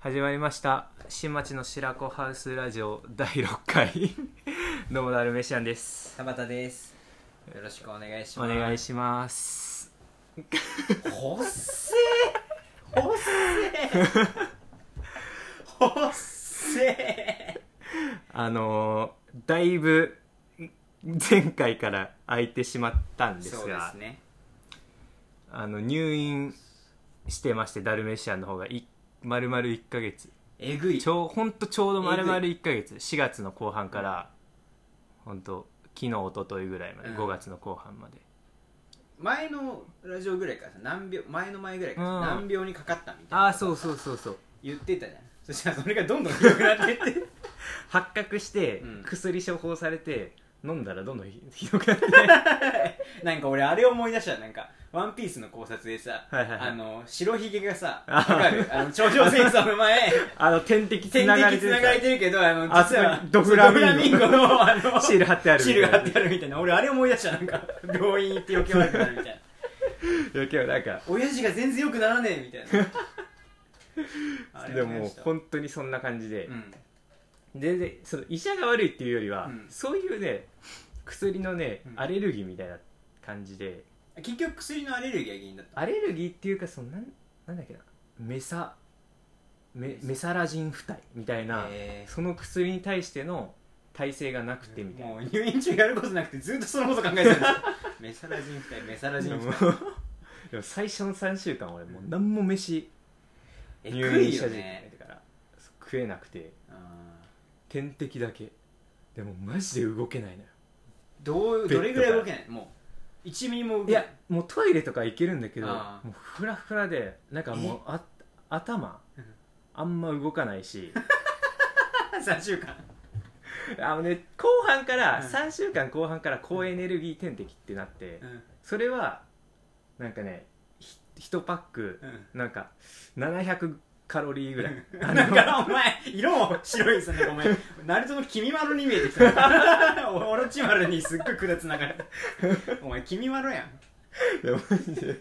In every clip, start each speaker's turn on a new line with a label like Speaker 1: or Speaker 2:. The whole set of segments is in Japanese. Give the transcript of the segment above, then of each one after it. Speaker 1: 始まりました新町の白子ハウスラジオ第6回 どうもダルメシアンです
Speaker 2: 田畑ですよろしくお願いし
Speaker 1: お
Speaker 2: ます
Speaker 1: 願いします
Speaker 2: ほっせーほっせーほっせ
Speaker 1: あのーだいぶ前回から空いてしまったん
Speaker 2: ー
Speaker 1: です
Speaker 2: そうで
Speaker 1: が
Speaker 2: すね
Speaker 1: あの入院してましてダルメシアンの方がい丸々1ヶ月
Speaker 2: えぐい
Speaker 1: ちょうほんとちょうど丸々
Speaker 2: えぐ
Speaker 1: 1ヶ月4月の後半から、ほんと昨日一昨日ぐらいまで、
Speaker 2: うん
Speaker 1: 5月の後半まで
Speaker 2: 前のラジオぐらいからさ難病前の前ぐらいからさ、
Speaker 1: うん
Speaker 2: 難病にかかったみたいな
Speaker 1: ああそうそうそうそう
Speaker 2: 言ってたじゃんそしたらそれがどんどんひどくなってって
Speaker 1: 発覚して、
Speaker 2: うん
Speaker 1: 薬処方されて飲んだらどんどんひ ひどく なって
Speaker 2: なんか俺あれ思い出したなんかワンピースの考察でさ、
Speaker 1: はいはいはい
Speaker 2: あの白ひげがさ
Speaker 1: あ
Speaker 2: わかるあの頂上戦争 の前
Speaker 1: あの点滴つ
Speaker 2: 天
Speaker 1: なが
Speaker 2: 敵
Speaker 1: れて
Speaker 2: つ
Speaker 1: る
Speaker 2: な
Speaker 1: か
Speaker 2: が
Speaker 1: ら
Speaker 2: れてるけどあの
Speaker 1: あ
Speaker 2: 実は
Speaker 1: そこにドフラミンゴ
Speaker 2: そうドフラミンゴのあの
Speaker 1: シール貼ってあるみた
Speaker 2: シ
Speaker 1: い
Speaker 2: ール
Speaker 1: な
Speaker 2: が貼ってあるみたいな俺あれ思い出したな んか病院行って余計悪くなるみたいない
Speaker 1: やけどなんか
Speaker 2: 親父が全然良くならねえみたいな あれ
Speaker 1: で
Speaker 2: 思い
Speaker 1: も
Speaker 2: 出した
Speaker 1: 本当にそんな感じで
Speaker 2: う、ん
Speaker 1: 全然その医者が悪いっていうよりは、
Speaker 2: うん
Speaker 1: そういうね薬のね
Speaker 2: うん
Speaker 1: アレルギーみたいな感じで
Speaker 2: 結局薬のアレルギーが原因だった
Speaker 1: アレルギーっていうかそのなんなんだっけなメサメメサラジン負体みたいな、
Speaker 2: へー
Speaker 1: その薬に対しての耐性がなくてみたいな、
Speaker 2: もう入院中やることなくてずっとそのこと考えてたんですよメサラジン2人メサラジン
Speaker 1: でも
Speaker 2: 2人
Speaker 1: でも最初の3週間俺もう何も飯
Speaker 2: え
Speaker 1: 入
Speaker 2: ぐ
Speaker 1: 院
Speaker 2: い
Speaker 1: し
Speaker 2: よ
Speaker 1: た時期だ
Speaker 2: ね
Speaker 1: から食えなくて
Speaker 2: あー
Speaker 1: 点滴だけでもマジで動けないのよ
Speaker 2: どうどれぐらい動けないもう1ミリも動
Speaker 1: い
Speaker 2: けな
Speaker 1: や
Speaker 2: い
Speaker 1: もうトイレとか行けるんだけども
Speaker 2: あー
Speaker 1: うフラフラでなんかもうあ頭
Speaker 2: うん
Speaker 1: あんま動かない し
Speaker 2: 3週間
Speaker 1: あのね後半から
Speaker 2: うん
Speaker 1: 3週間後半から高エネルギー点滴ってなって
Speaker 2: うん
Speaker 1: それはなんかねひ1パック
Speaker 2: うん
Speaker 1: なんか700カロリーぐらい あの
Speaker 2: なんかお前色も白いですねごめんナルトの君丸に見えてきたおオロチ丸にすっごい管つながれたお前君丸やん
Speaker 1: いやマジで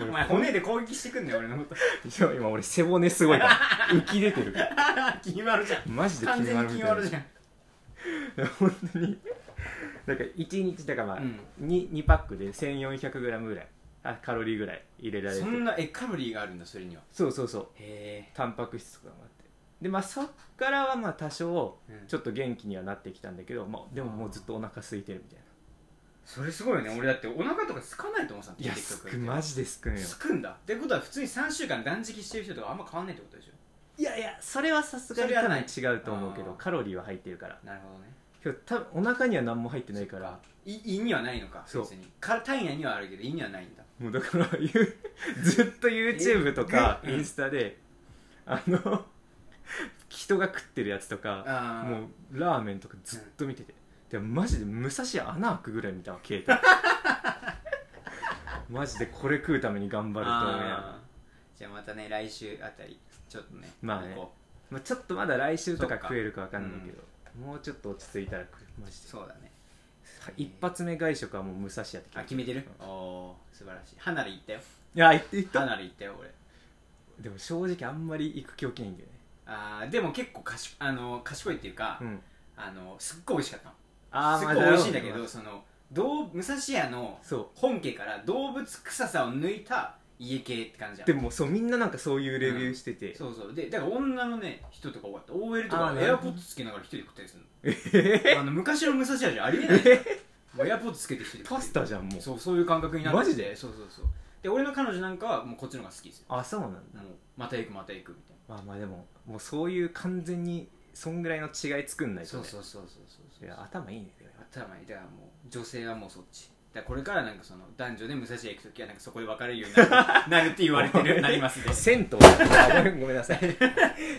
Speaker 2: お
Speaker 1: 俺
Speaker 2: 前骨で攻撃してくんね俺のこと
Speaker 1: いや 今俺背骨すご いから浮き出てるから
Speaker 2: 君丸じゃん
Speaker 1: マジで
Speaker 2: 完
Speaker 1: 決ま
Speaker 2: 全
Speaker 1: るみ
Speaker 2: に君
Speaker 1: たいな
Speaker 2: 丸じゃん
Speaker 1: 本当になんか1日だからまあ、
Speaker 2: うん
Speaker 1: に 2, パックで 1400g ぐらいあカロリーぐらい入れられて
Speaker 2: そんなえカロリーがあるんだそれには
Speaker 1: そうそうそう
Speaker 2: へ
Speaker 1: タンパク質とかもあってでまあそっからはまあ多少
Speaker 2: え、
Speaker 1: ちょっと元気にはなってきたんだけど、まあ、でももうずっとお腹空いてるみたい
Speaker 2: それすごいよね俺だってお腹とかすかないと思ってた
Speaker 1: ないやすくマジですくんよ
Speaker 2: すくんだってことは普通に3週間断食してる人とかあんま変わんないってことでしょ
Speaker 1: いやいやそれはさすが
Speaker 2: そ
Speaker 1: に
Speaker 2: れは
Speaker 1: 多分
Speaker 2: ない
Speaker 1: 違うと思うけど
Speaker 2: あー
Speaker 1: カロリーは入ってるから
Speaker 2: なるほどね
Speaker 1: けど多分お腹には何も入ってないから
Speaker 2: い胃にはないのか
Speaker 1: そう
Speaker 2: 別にか体内にはあるけど胃にはないんだ
Speaker 1: もうだからゆずっと YouTube とか
Speaker 2: え
Speaker 1: インスタで、あの人が食ってるやつとか
Speaker 2: あー
Speaker 1: もうラーメンとかずっと見てて、でもマジで武蔵穴開くぐらい見たわ携 帯マジでこれ食うために頑張ると思いながら
Speaker 2: あーじゃあまたね来週あたりちょっとね
Speaker 1: まあね
Speaker 2: こ
Speaker 1: まあ、ちょっとまだ来週と
Speaker 2: そ
Speaker 1: か
Speaker 2: っか
Speaker 1: 食えるか分かんないけど、もうちょっと落ち着いたら食うマジで
Speaker 2: うそうだね
Speaker 1: 一発目外食はもう武蔵屋って
Speaker 2: あ決めてるおおー素晴らしい離れ行ったよ
Speaker 1: いや行って行った
Speaker 2: 離れ行ったよ俺
Speaker 1: でも正直あんまり行く気起きないんだよね
Speaker 2: あーでも結構かしあの賢いっていうか、
Speaker 1: うん
Speaker 2: あのすっごい美味しかったの
Speaker 1: あ
Speaker 2: す
Speaker 1: ー
Speaker 2: っ
Speaker 1: まあ
Speaker 2: ごい美味しいんだけ
Speaker 1: ろう
Speaker 2: ど
Speaker 1: ね
Speaker 2: そのどう武蔵屋の
Speaker 1: そう
Speaker 2: 本家から動物臭さを抜いた家系って感じじゃん
Speaker 1: でもそうみんななんかそういうレビューしてて、
Speaker 2: そうそうでだから女のね人とか多かった OL と
Speaker 1: あー
Speaker 2: か
Speaker 1: な
Speaker 2: エ
Speaker 1: る
Speaker 2: ア
Speaker 1: ほ
Speaker 2: ポ
Speaker 1: ど
Speaker 2: ッドつけながら一人で食ったりするの
Speaker 1: えへへ
Speaker 2: あの昔の武蔵屋じゃありえないからもうエアポッドつけて一人で食っ
Speaker 1: パ
Speaker 2: てる
Speaker 1: スタじゃんもう
Speaker 2: そうそういう感覚になって
Speaker 1: マジで
Speaker 2: そうそうそうで俺の彼女なんかはもうこっちの方が好きですよ
Speaker 1: あそうなんだ、
Speaker 2: もうまた行くまた行くみたい
Speaker 1: まあまあでももうそういう完全にそんぐらいの違い作んな
Speaker 2: ない
Speaker 1: と
Speaker 2: そう
Speaker 1: ね
Speaker 2: そうそうそうそう
Speaker 1: いや頭いいねでも
Speaker 2: 頭いいだからもう女性はもうそっちだからこれからなんかその男女で武蔵屋行く時はなんかそこで別れるようにな るなるって言われてるなりますで
Speaker 1: 銭湯だあごめんごめんなさい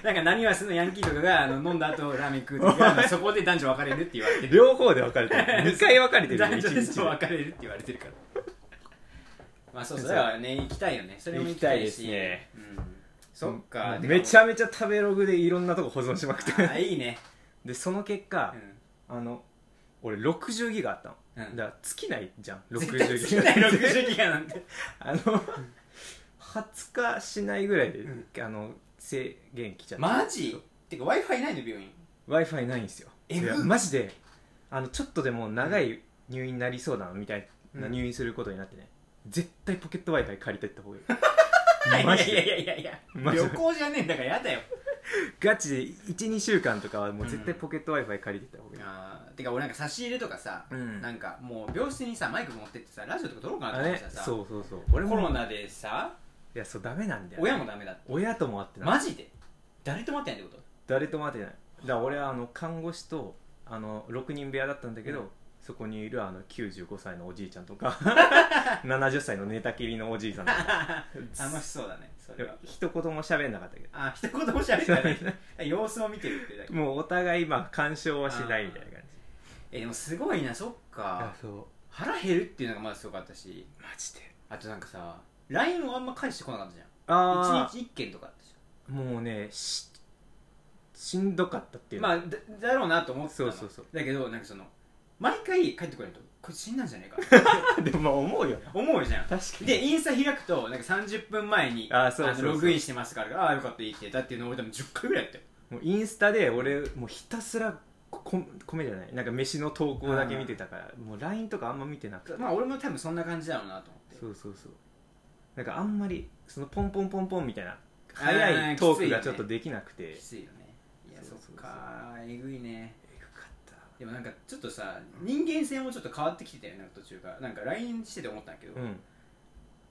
Speaker 2: なんか何はすのヤンキーとかがあの飲んだ後ラーメン食うとかそこで男女別れるって言われてる
Speaker 1: 両方で分かれてる2回分かれてるね
Speaker 2: 男
Speaker 1: 一
Speaker 2: 女で
Speaker 1: 日
Speaker 2: そう
Speaker 1: で
Speaker 2: 別れるって言われてるからまあそうそうだからね行きたいよねそれも行きたいし
Speaker 1: 行きたいです
Speaker 2: うん、そっ
Speaker 1: ま
Speaker 2: か
Speaker 1: あ
Speaker 2: て
Speaker 1: めちゃめちゃ食べログでいろんなとこ保存しまくって
Speaker 2: あーいいね、
Speaker 1: でその結果
Speaker 2: う、ん
Speaker 1: あの俺60ギガあったの、
Speaker 2: うん
Speaker 1: だから尽きないじゃん
Speaker 2: 絶
Speaker 1: 60
Speaker 2: 対
Speaker 1: ギガ
Speaker 2: 好きない60ギガなんて
Speaker 1: あの20日しないぐらいで、
Speaker 2: うん
Speaker 1: あの制限来ちゃって
Speaker 2: マジてか w i f i ないの病院
Speaker 1: w i f i ないんですよ
Speaker 2: えぐ
Speaker 1: いやマジであのちょっとでも長い入院になりそうだなみたいな
Speaker 2: うん
Speaker 1: 入院することになってね、絶対ポケット w i f i 借りてった方がいいマジ
Speaker 2: いやい
Speaker 1: で
Speaker 2: やいやいや
Speaker 1: マジで
Speaker 2: 旅行じゃねえんだからやだよ
Speaker 1: ガチで12週間とかはもう絶対ポケット w i f i 借りてった方がいい、
Speaker 2: あーてか俺なんか差し入れとかさ、
Speaker 1: うん
Speaker 2: なんかもう病室にさマイク持ってってさラジオとか撮ろうか
Speaker 1: あ
Speaker 2: なと思っ
Speaker 1: れ
Speaker 2: てたさ
Speaker 1: そうそうそう
Speaker 2: 俺コロナでさ
Speaker 1: いやそうダメなんだよね、
Speaker 2: 親もダメだって
Speaker 1: 親とも会ってない、
Speaker 2: マジで誰と待ってないってこ
Speaker 1: 誰とも会ってないだから俺はあの看護師とあの6人部屋だったんだけど、
Speaker 2: うん
Speaker 1: そこにいるあの95歳のおじいちゃんと か70歳の寝たきりのおじいさんとか
Speaker 2: と楽しそうだねそれは
Speaker 1: 一言も喋んなかったけど
Speaker 2: あ一言もしゃべってない 様子を見てるってだけ
Speaker 1: もうお互い今干渉はしないみたいな感じ
Speaker 2: えでもすごいなそっか
Speaker 1: そう
Speaker 2: 腹減るっていうのがまだすごかったし
Speaker 1: マジで
Speaker 2: あとなんかさ LINE をあんま返してこなかったじゃん
Speaker 1: あ
Speaker 2: 1日1件とかあったじ
Speaker 1: あもうねししんどかったって
Speaker 2: ゃ
Speaker 1: い
Speaker 2: ん
Speaker 1: うあ
Speaker 2: まあだだろうなと思ってたの
Speaker 1: そうそうそう
Speaker 2: だけどなんかその毎回帰ってこないとこれ死んだんじゃ ねえか
Speaker 1: でもまあ思うよ
Speaker 2: 思うじゃん
Speaker 1: 確か
Speaker 2: でインスタ開くとなんか30分前に
Speaker 1: あそうそうそう
Speaker 2: のログインしてますからああよかった生きてたっていうのを俺多分10回ぐらいやったよ
Speaker 1: もうインスタで俺もうひたすらこ米じゃないなんか飯の投稿だけ見てたからもう LINE とかあんま見てなくて
Speaker 2: まあ俺も多分そんな感じだろうなと思って
Speaker 1: そうそうそうなんかあんまりそのポンポンポンポンみたいな
Speaker 2: ー
Speaker 1: 早いトークが
Speaker 2: きついよね
Speaker 1: ちょっとできなくて、
Speaker 2: きついよねいや
Speaker 1: そ
Speaker 2: そ
Speaker 1: そ
Speaker 2: う
Speaker 1: うそう
Speaker 2: っかえぐいね
Speaker 1: えぐかっ
Speaker 2: でもなんかちょっとさ人間性もちょっと変わってきてたよね途中からなんか LINE してて思ったんだけど、
Speaker 1: たうん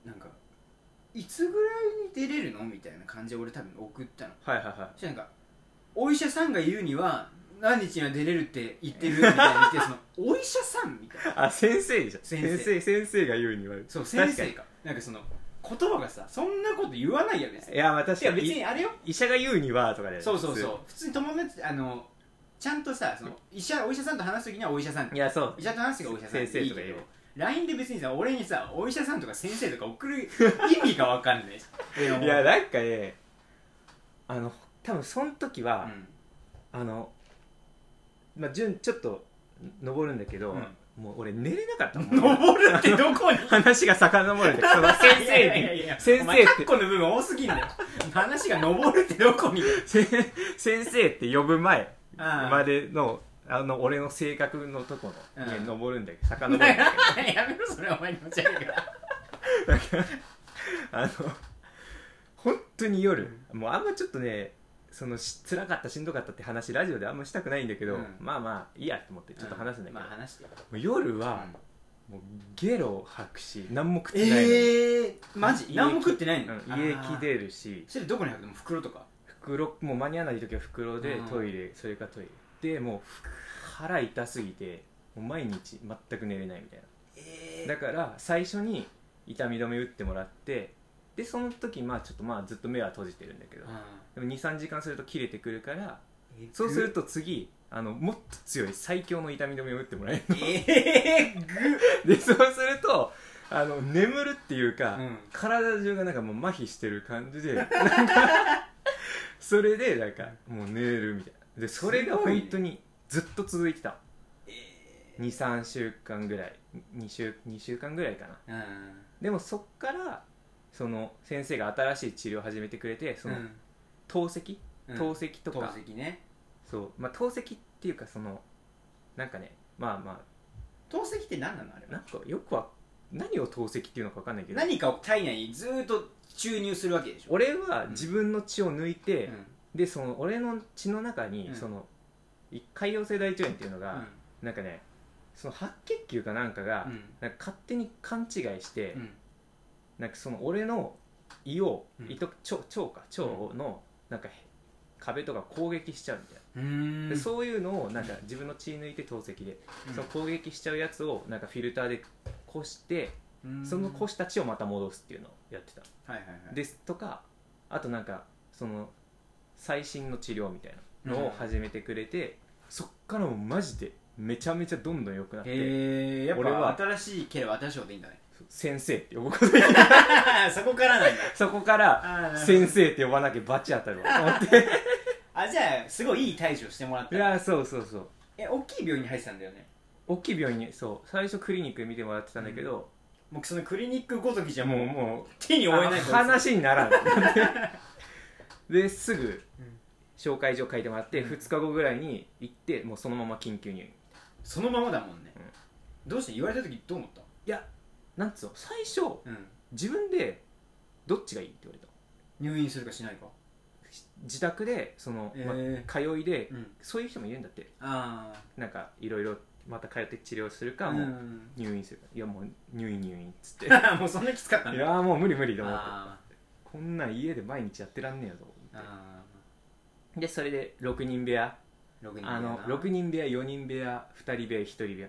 Speaker 2: なんかいつぐらいに出れるのみたいな感じで俺多分送ったの
Speaker 1: はいはいは
Speaker 2: そしたらなんかお医者さんが言うには何日には出れるって言ってるみたいな 言ってそのお医者さんみたいない
Speaker 1: あ先生でしょ
Speaker 2: 先生
Speaker 1: 先生先生が言うには
Speaker 2: そう
Speaker 1: 確か
Speaker 2: 先
Speaker 1: に
Speaker 2: 生かなんかその言葉がさそんなこと言わないや別
Speaker 1: い
Speaker 2: に
Speaker 1: やまあ確
Speaker 2: い
Speaker 1: か
Speaker 2: や
Speaker 1: に
Speaker 2: 別にあれよ
Speaker 1: 医者が言うにはとかで
Speaker 2: そうそうそう普通に友達あのちゃんとさその医者お医者さんと話す時にはお医者さんって
Speaker 1: いやそう
Speaker 2: 医者と話す時はお医者さんって
Speaker 1: 先生とか
Speaker 2: いい
Speaker 1: 言
Speaker 2: けど
Speaker 1: う
Speaker 2: LINE で別にさ俺にさお医者さんとか先生とか送る意味が分かんないし
Speaker 1: いやなんかねあの多分その時
Speaker 2: う
Speaker 1: は、
Speaker 2: ん
Speaker 1: あのまあ順ちょっと登るんだけど、もう俺寝れなかったも ん
Speaker 2: 登るってどこに
Speaker 1: 話が遡るんだけどその先
Speaker 2: いやい
Speaker 1: 生
Speaker 2: やい
Speaker 1: に
Speaker 2: やいや
Speaker 1: 先
Speaker 2: お
Speaker 1: 生
Speaker 2: 前
Speaker 1: っ
Speaker 2: カ
Speaker 1: て
Speaker 2: ッコの部分多すぎんだよ話が登るってどこに
Speaker 1: せ先生って呼ぶ前
Speaker 2: あ
Speaker 1: までのあの俺の性格のとこの、ね
Speaker 2: うん
Speaker 1: 登るんだけど遡るんだけど
Speaker 2: やめろそれお前に持ち悪いから
Speaker 1: あの本当に夜、もうあんまちょっとねそのし辛かったしんどかったって話ラジオであんましたくないんだけど、
Speaker 2: うん
Speaker 1: まあまあいいやと思ってちょっと話すんだけど、
Speaker 2: まあ話して
Speaker 1: もう夜は、もうゲロ吐くし何も食ってないのに、
Speaker 2: ええマジ
Speaker 1: 家
Speaker 2: 何も食ってないの
Speaker 1: うん胃液
Speaker 2: あー
Speaker 1: 出るし
Speaker 2: それどこに履くの袋とか
Speaker 1: 袋もう間に合わない時は袋で
Speaker 2: うん
Speaker 1: トイレ、それかトイレでもう腹痛すぎてもう毎日全く寝れないみたいな
Speaker 2: え
Speaker 1: だから最初に痛み止め打ってもらってでその時まあちょっとまあずっと目は閉じてるんだけど、でも23時間すると切れてくるからそうすると次あのもっと強い最強の痛み止めを打ってもらえる
Speaker 2: ええぐ
Speaker 1: でそうするとあの眠るっていうか、
Speaker 2: うん
Speaker 1: 体中がなんかもう麻痺してる感 じでなんかそれでなんかもう寝れるみたいなでそれが
Speaker 2: すごいね
Speaker 1: 本当にずっと続いてた
Speaker 2: え
Speaker 1: 23週間ぐらい2週 ,2 週間ぐらいかな
Speaker 2: ーうん
Speaker 1: でもそっからその先生が新しい治療を始めてくれてその
Speaker 2: うん
Speaker 1: 透析、
Speaker 2: うん
Speaker 1: 透析とか、
Speaker 2: 透析ね
Speaker 1: そうまあ透析っていうかそのなんかねまあま
Speaker 2: 透析って何なのあれ
Speaker 1: あな
Speaker 2: は
Speaker 1: んかよくは何を透析っていうのか分かんないけど
Speaker 2: 何かを体内にずーっと注入するわけでしょ
Speaker 1: 俺は自分の血を抜いて、
Speaker 2: うん
Speaker 1: でその俺の血の中に、
Speaker 2: うん
Speaker 1: そのい潰瘍性大腸炎っていうの
Speaker 2: う
Speaker 1: が
Speaker 2: ん、
Speaker 1: なんかねその白血球かなんかが、
Speaker 2: うん
Speaker 1: なんか勝手に勘違いして、
Speaker 2: うん
Speaker 1: なんかその俺の胃を、
Speaker 2: うん
Speaker 1: 胃と腸腸か腸のなんかへ壁とか攻撃しちゃうみたいな、
Speaker 2: うーん
Speaker 1: でそういうのをなんか自分の血抜いて透析で、
Speaker 2: うん
Speaker 1: その攻撃しちゃうやつをなんかフィルターでこして、
Speaker 2: うん
Speaker 1: そのこした血をまた戻すっていうのをやってた、
Speaker 2: はいはいはい
Speaker 1: ですとかあとなんかその最新の治療みたいなのを始めてくれて、そっからもうマジでめちゃめちゃどんどん良くなって、
Speaker 2: えー、やっ
Speaker 1: 俺は
Speaker 2: ぱ新しいければ新しいこといいんだね
Speaker 1: 先生って呼ぶことに
Speaker 2: そこから なんだ
Speaker 1: そこから
Speaker 2: あー
Speaker 1: 先生って呼ばなきゃバチ当たるわと思って
Speaker 2: あじゃあすごいいい対処してもらっ
Speaker 1: い
Speaker 2: た
Speaker 1: やーそうそうそう
Speaker 2: え大きい病院に入ってたんだよね
Speaker 1: 大きい病院にそう最初クリニックで見てもらってたんだけど、
Speaker 2: もうそのクリニックごときじゃ
Speaker 1: も
Speaker 2: も
Speaker 1: う
Speaker 2: う
Speaker 1: も
Speaker 2: 手に
Speaker 1: う
Speaker 2: 負えない
Speaker 1: あの話にならん ですぐ
Speaker 2: うん
Speaker 1: 紹介状書いてもらって、
Speaker 2: うん
Speaker 1: 2日後ぐらいに行ってもうそのまま緊急入院
Speaker 2: そのままだもんね
Speaker 1: うん
Speaker 2: どうして言われた時どう思った
Speaker 1: いやなんつうの最初
Speaker 2: うん
Speaker 1: 自分でどっちがいいって言われた
Speaker 2: 入院するかしないか
Speaker 1: 自宅でその、ま
Speaker 2: え
Speaker 1: 通いで
Speaker 2: えうん
Speaker 1: そういう人もいるんだって
Speaker 2: ああ
Speaker 1: なんかいろいろまた通って治療するか、
Speaker 2: う
Speaker 1: もうん 入院するかいやもう入院入院っつ ってい
Speaker 2: もうそんなきつかったんだ
Speaker 1: やーもう無理無理と思って
Speaker 2: あ
Speaker 1: こんなん家で毎日やってらんねえよと思
Speaker 2: ー
Speaker 1: っ
Speaker 2: あ
Speaker 1: てでそれで6人部屋
Speaker 2: ー6人
Speaker 1: あの6人部屋4人部屋2人部屋1人部屋みたい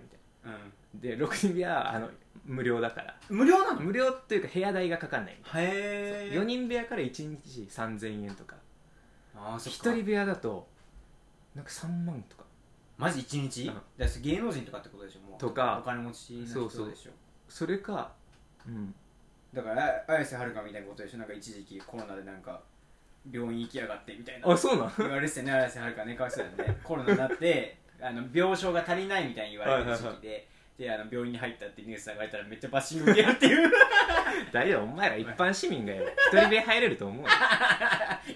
Speaker 1: なで6人部屋はあの無料だから
Speaker 2: うん無料なの
Speaker 1: 無料っていうか部屋代がかかんないみたい
Speaker 2: へえ
Speaker 1: 4人部屋から1日3000円とか
Speaker 2: ああそ
Speaker 1: 1
Speaker 2: っか
Speaker 1: 人部屋だとなんか3万とか
Speaker 2: マジ1日
Speaker 1: うん
Speaker 2: だからそれ芸能人とかってことでしょもう
Speaker 1: とか
Speaker 2: お金持ちの人でしょ
Speaker 1: そうそれかうん
Speaker 2: だからあ綾瀬はるかみたいなことでしょなんか一時期コロナでなんか病院行きやがってみたいな
Speaker 1: あそう なん
Speaker 2: 言われてたよね綾瀬はるかねかわいそう だよねコロナになってあの病床が足りないみたいに言われてる時期でであの病院に入ったってニュース流れたらめっちゃバッシング受けるっ ていう
Speaker 1: 大丈夫お前ら一般市民が よ1人部屋入れると 思うよ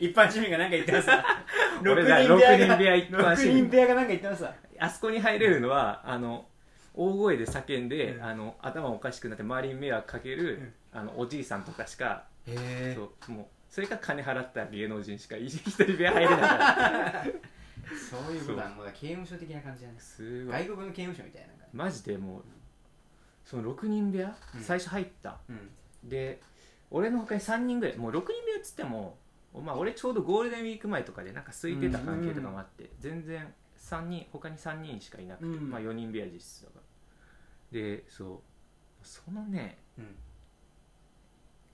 Speaker 2: 一般市民がなんか言ってますわ
Speaker 1: 俺ら
Speaker 2: 六
Speaker 1: 六人部屋一般市民
Speaker 2: 六人部屋がなんか言ってますわ
Speaker 1: あそこに入れるのはあの大声で叫んで、
Speaker 2: うん
Speaker 1: あの頭おかしくなって周りに迷惑かける、あのおじいさんとかしか
Speaker 2: へえ
Speaker 1: そうもうそれか金払った芸能人しかい一人部屋入れない から
Speaker 2: そういうことはもうだから刑務所的な感じじゃないです
Speaker 1: すごい
Speaker 2: 外国の刑務所みたいな感じ
Speaker 1: マジでもうその6人部屋、
Speaker 2: うん
Speaker 1: 最初入った
Speaker 2: うん
Speaker 1: で俺のほかに3人ぐらいもう6人部屋っつっても、まあ、俺ちょうどゴールデンウィーク前とかでなんか空いてた関係とかもあって、全然3人他に3人しかいなくて、
Speaker 2: うん
Speaker 1: まあ、4人部屋実質だからでそうそのね
Speaker 2: うん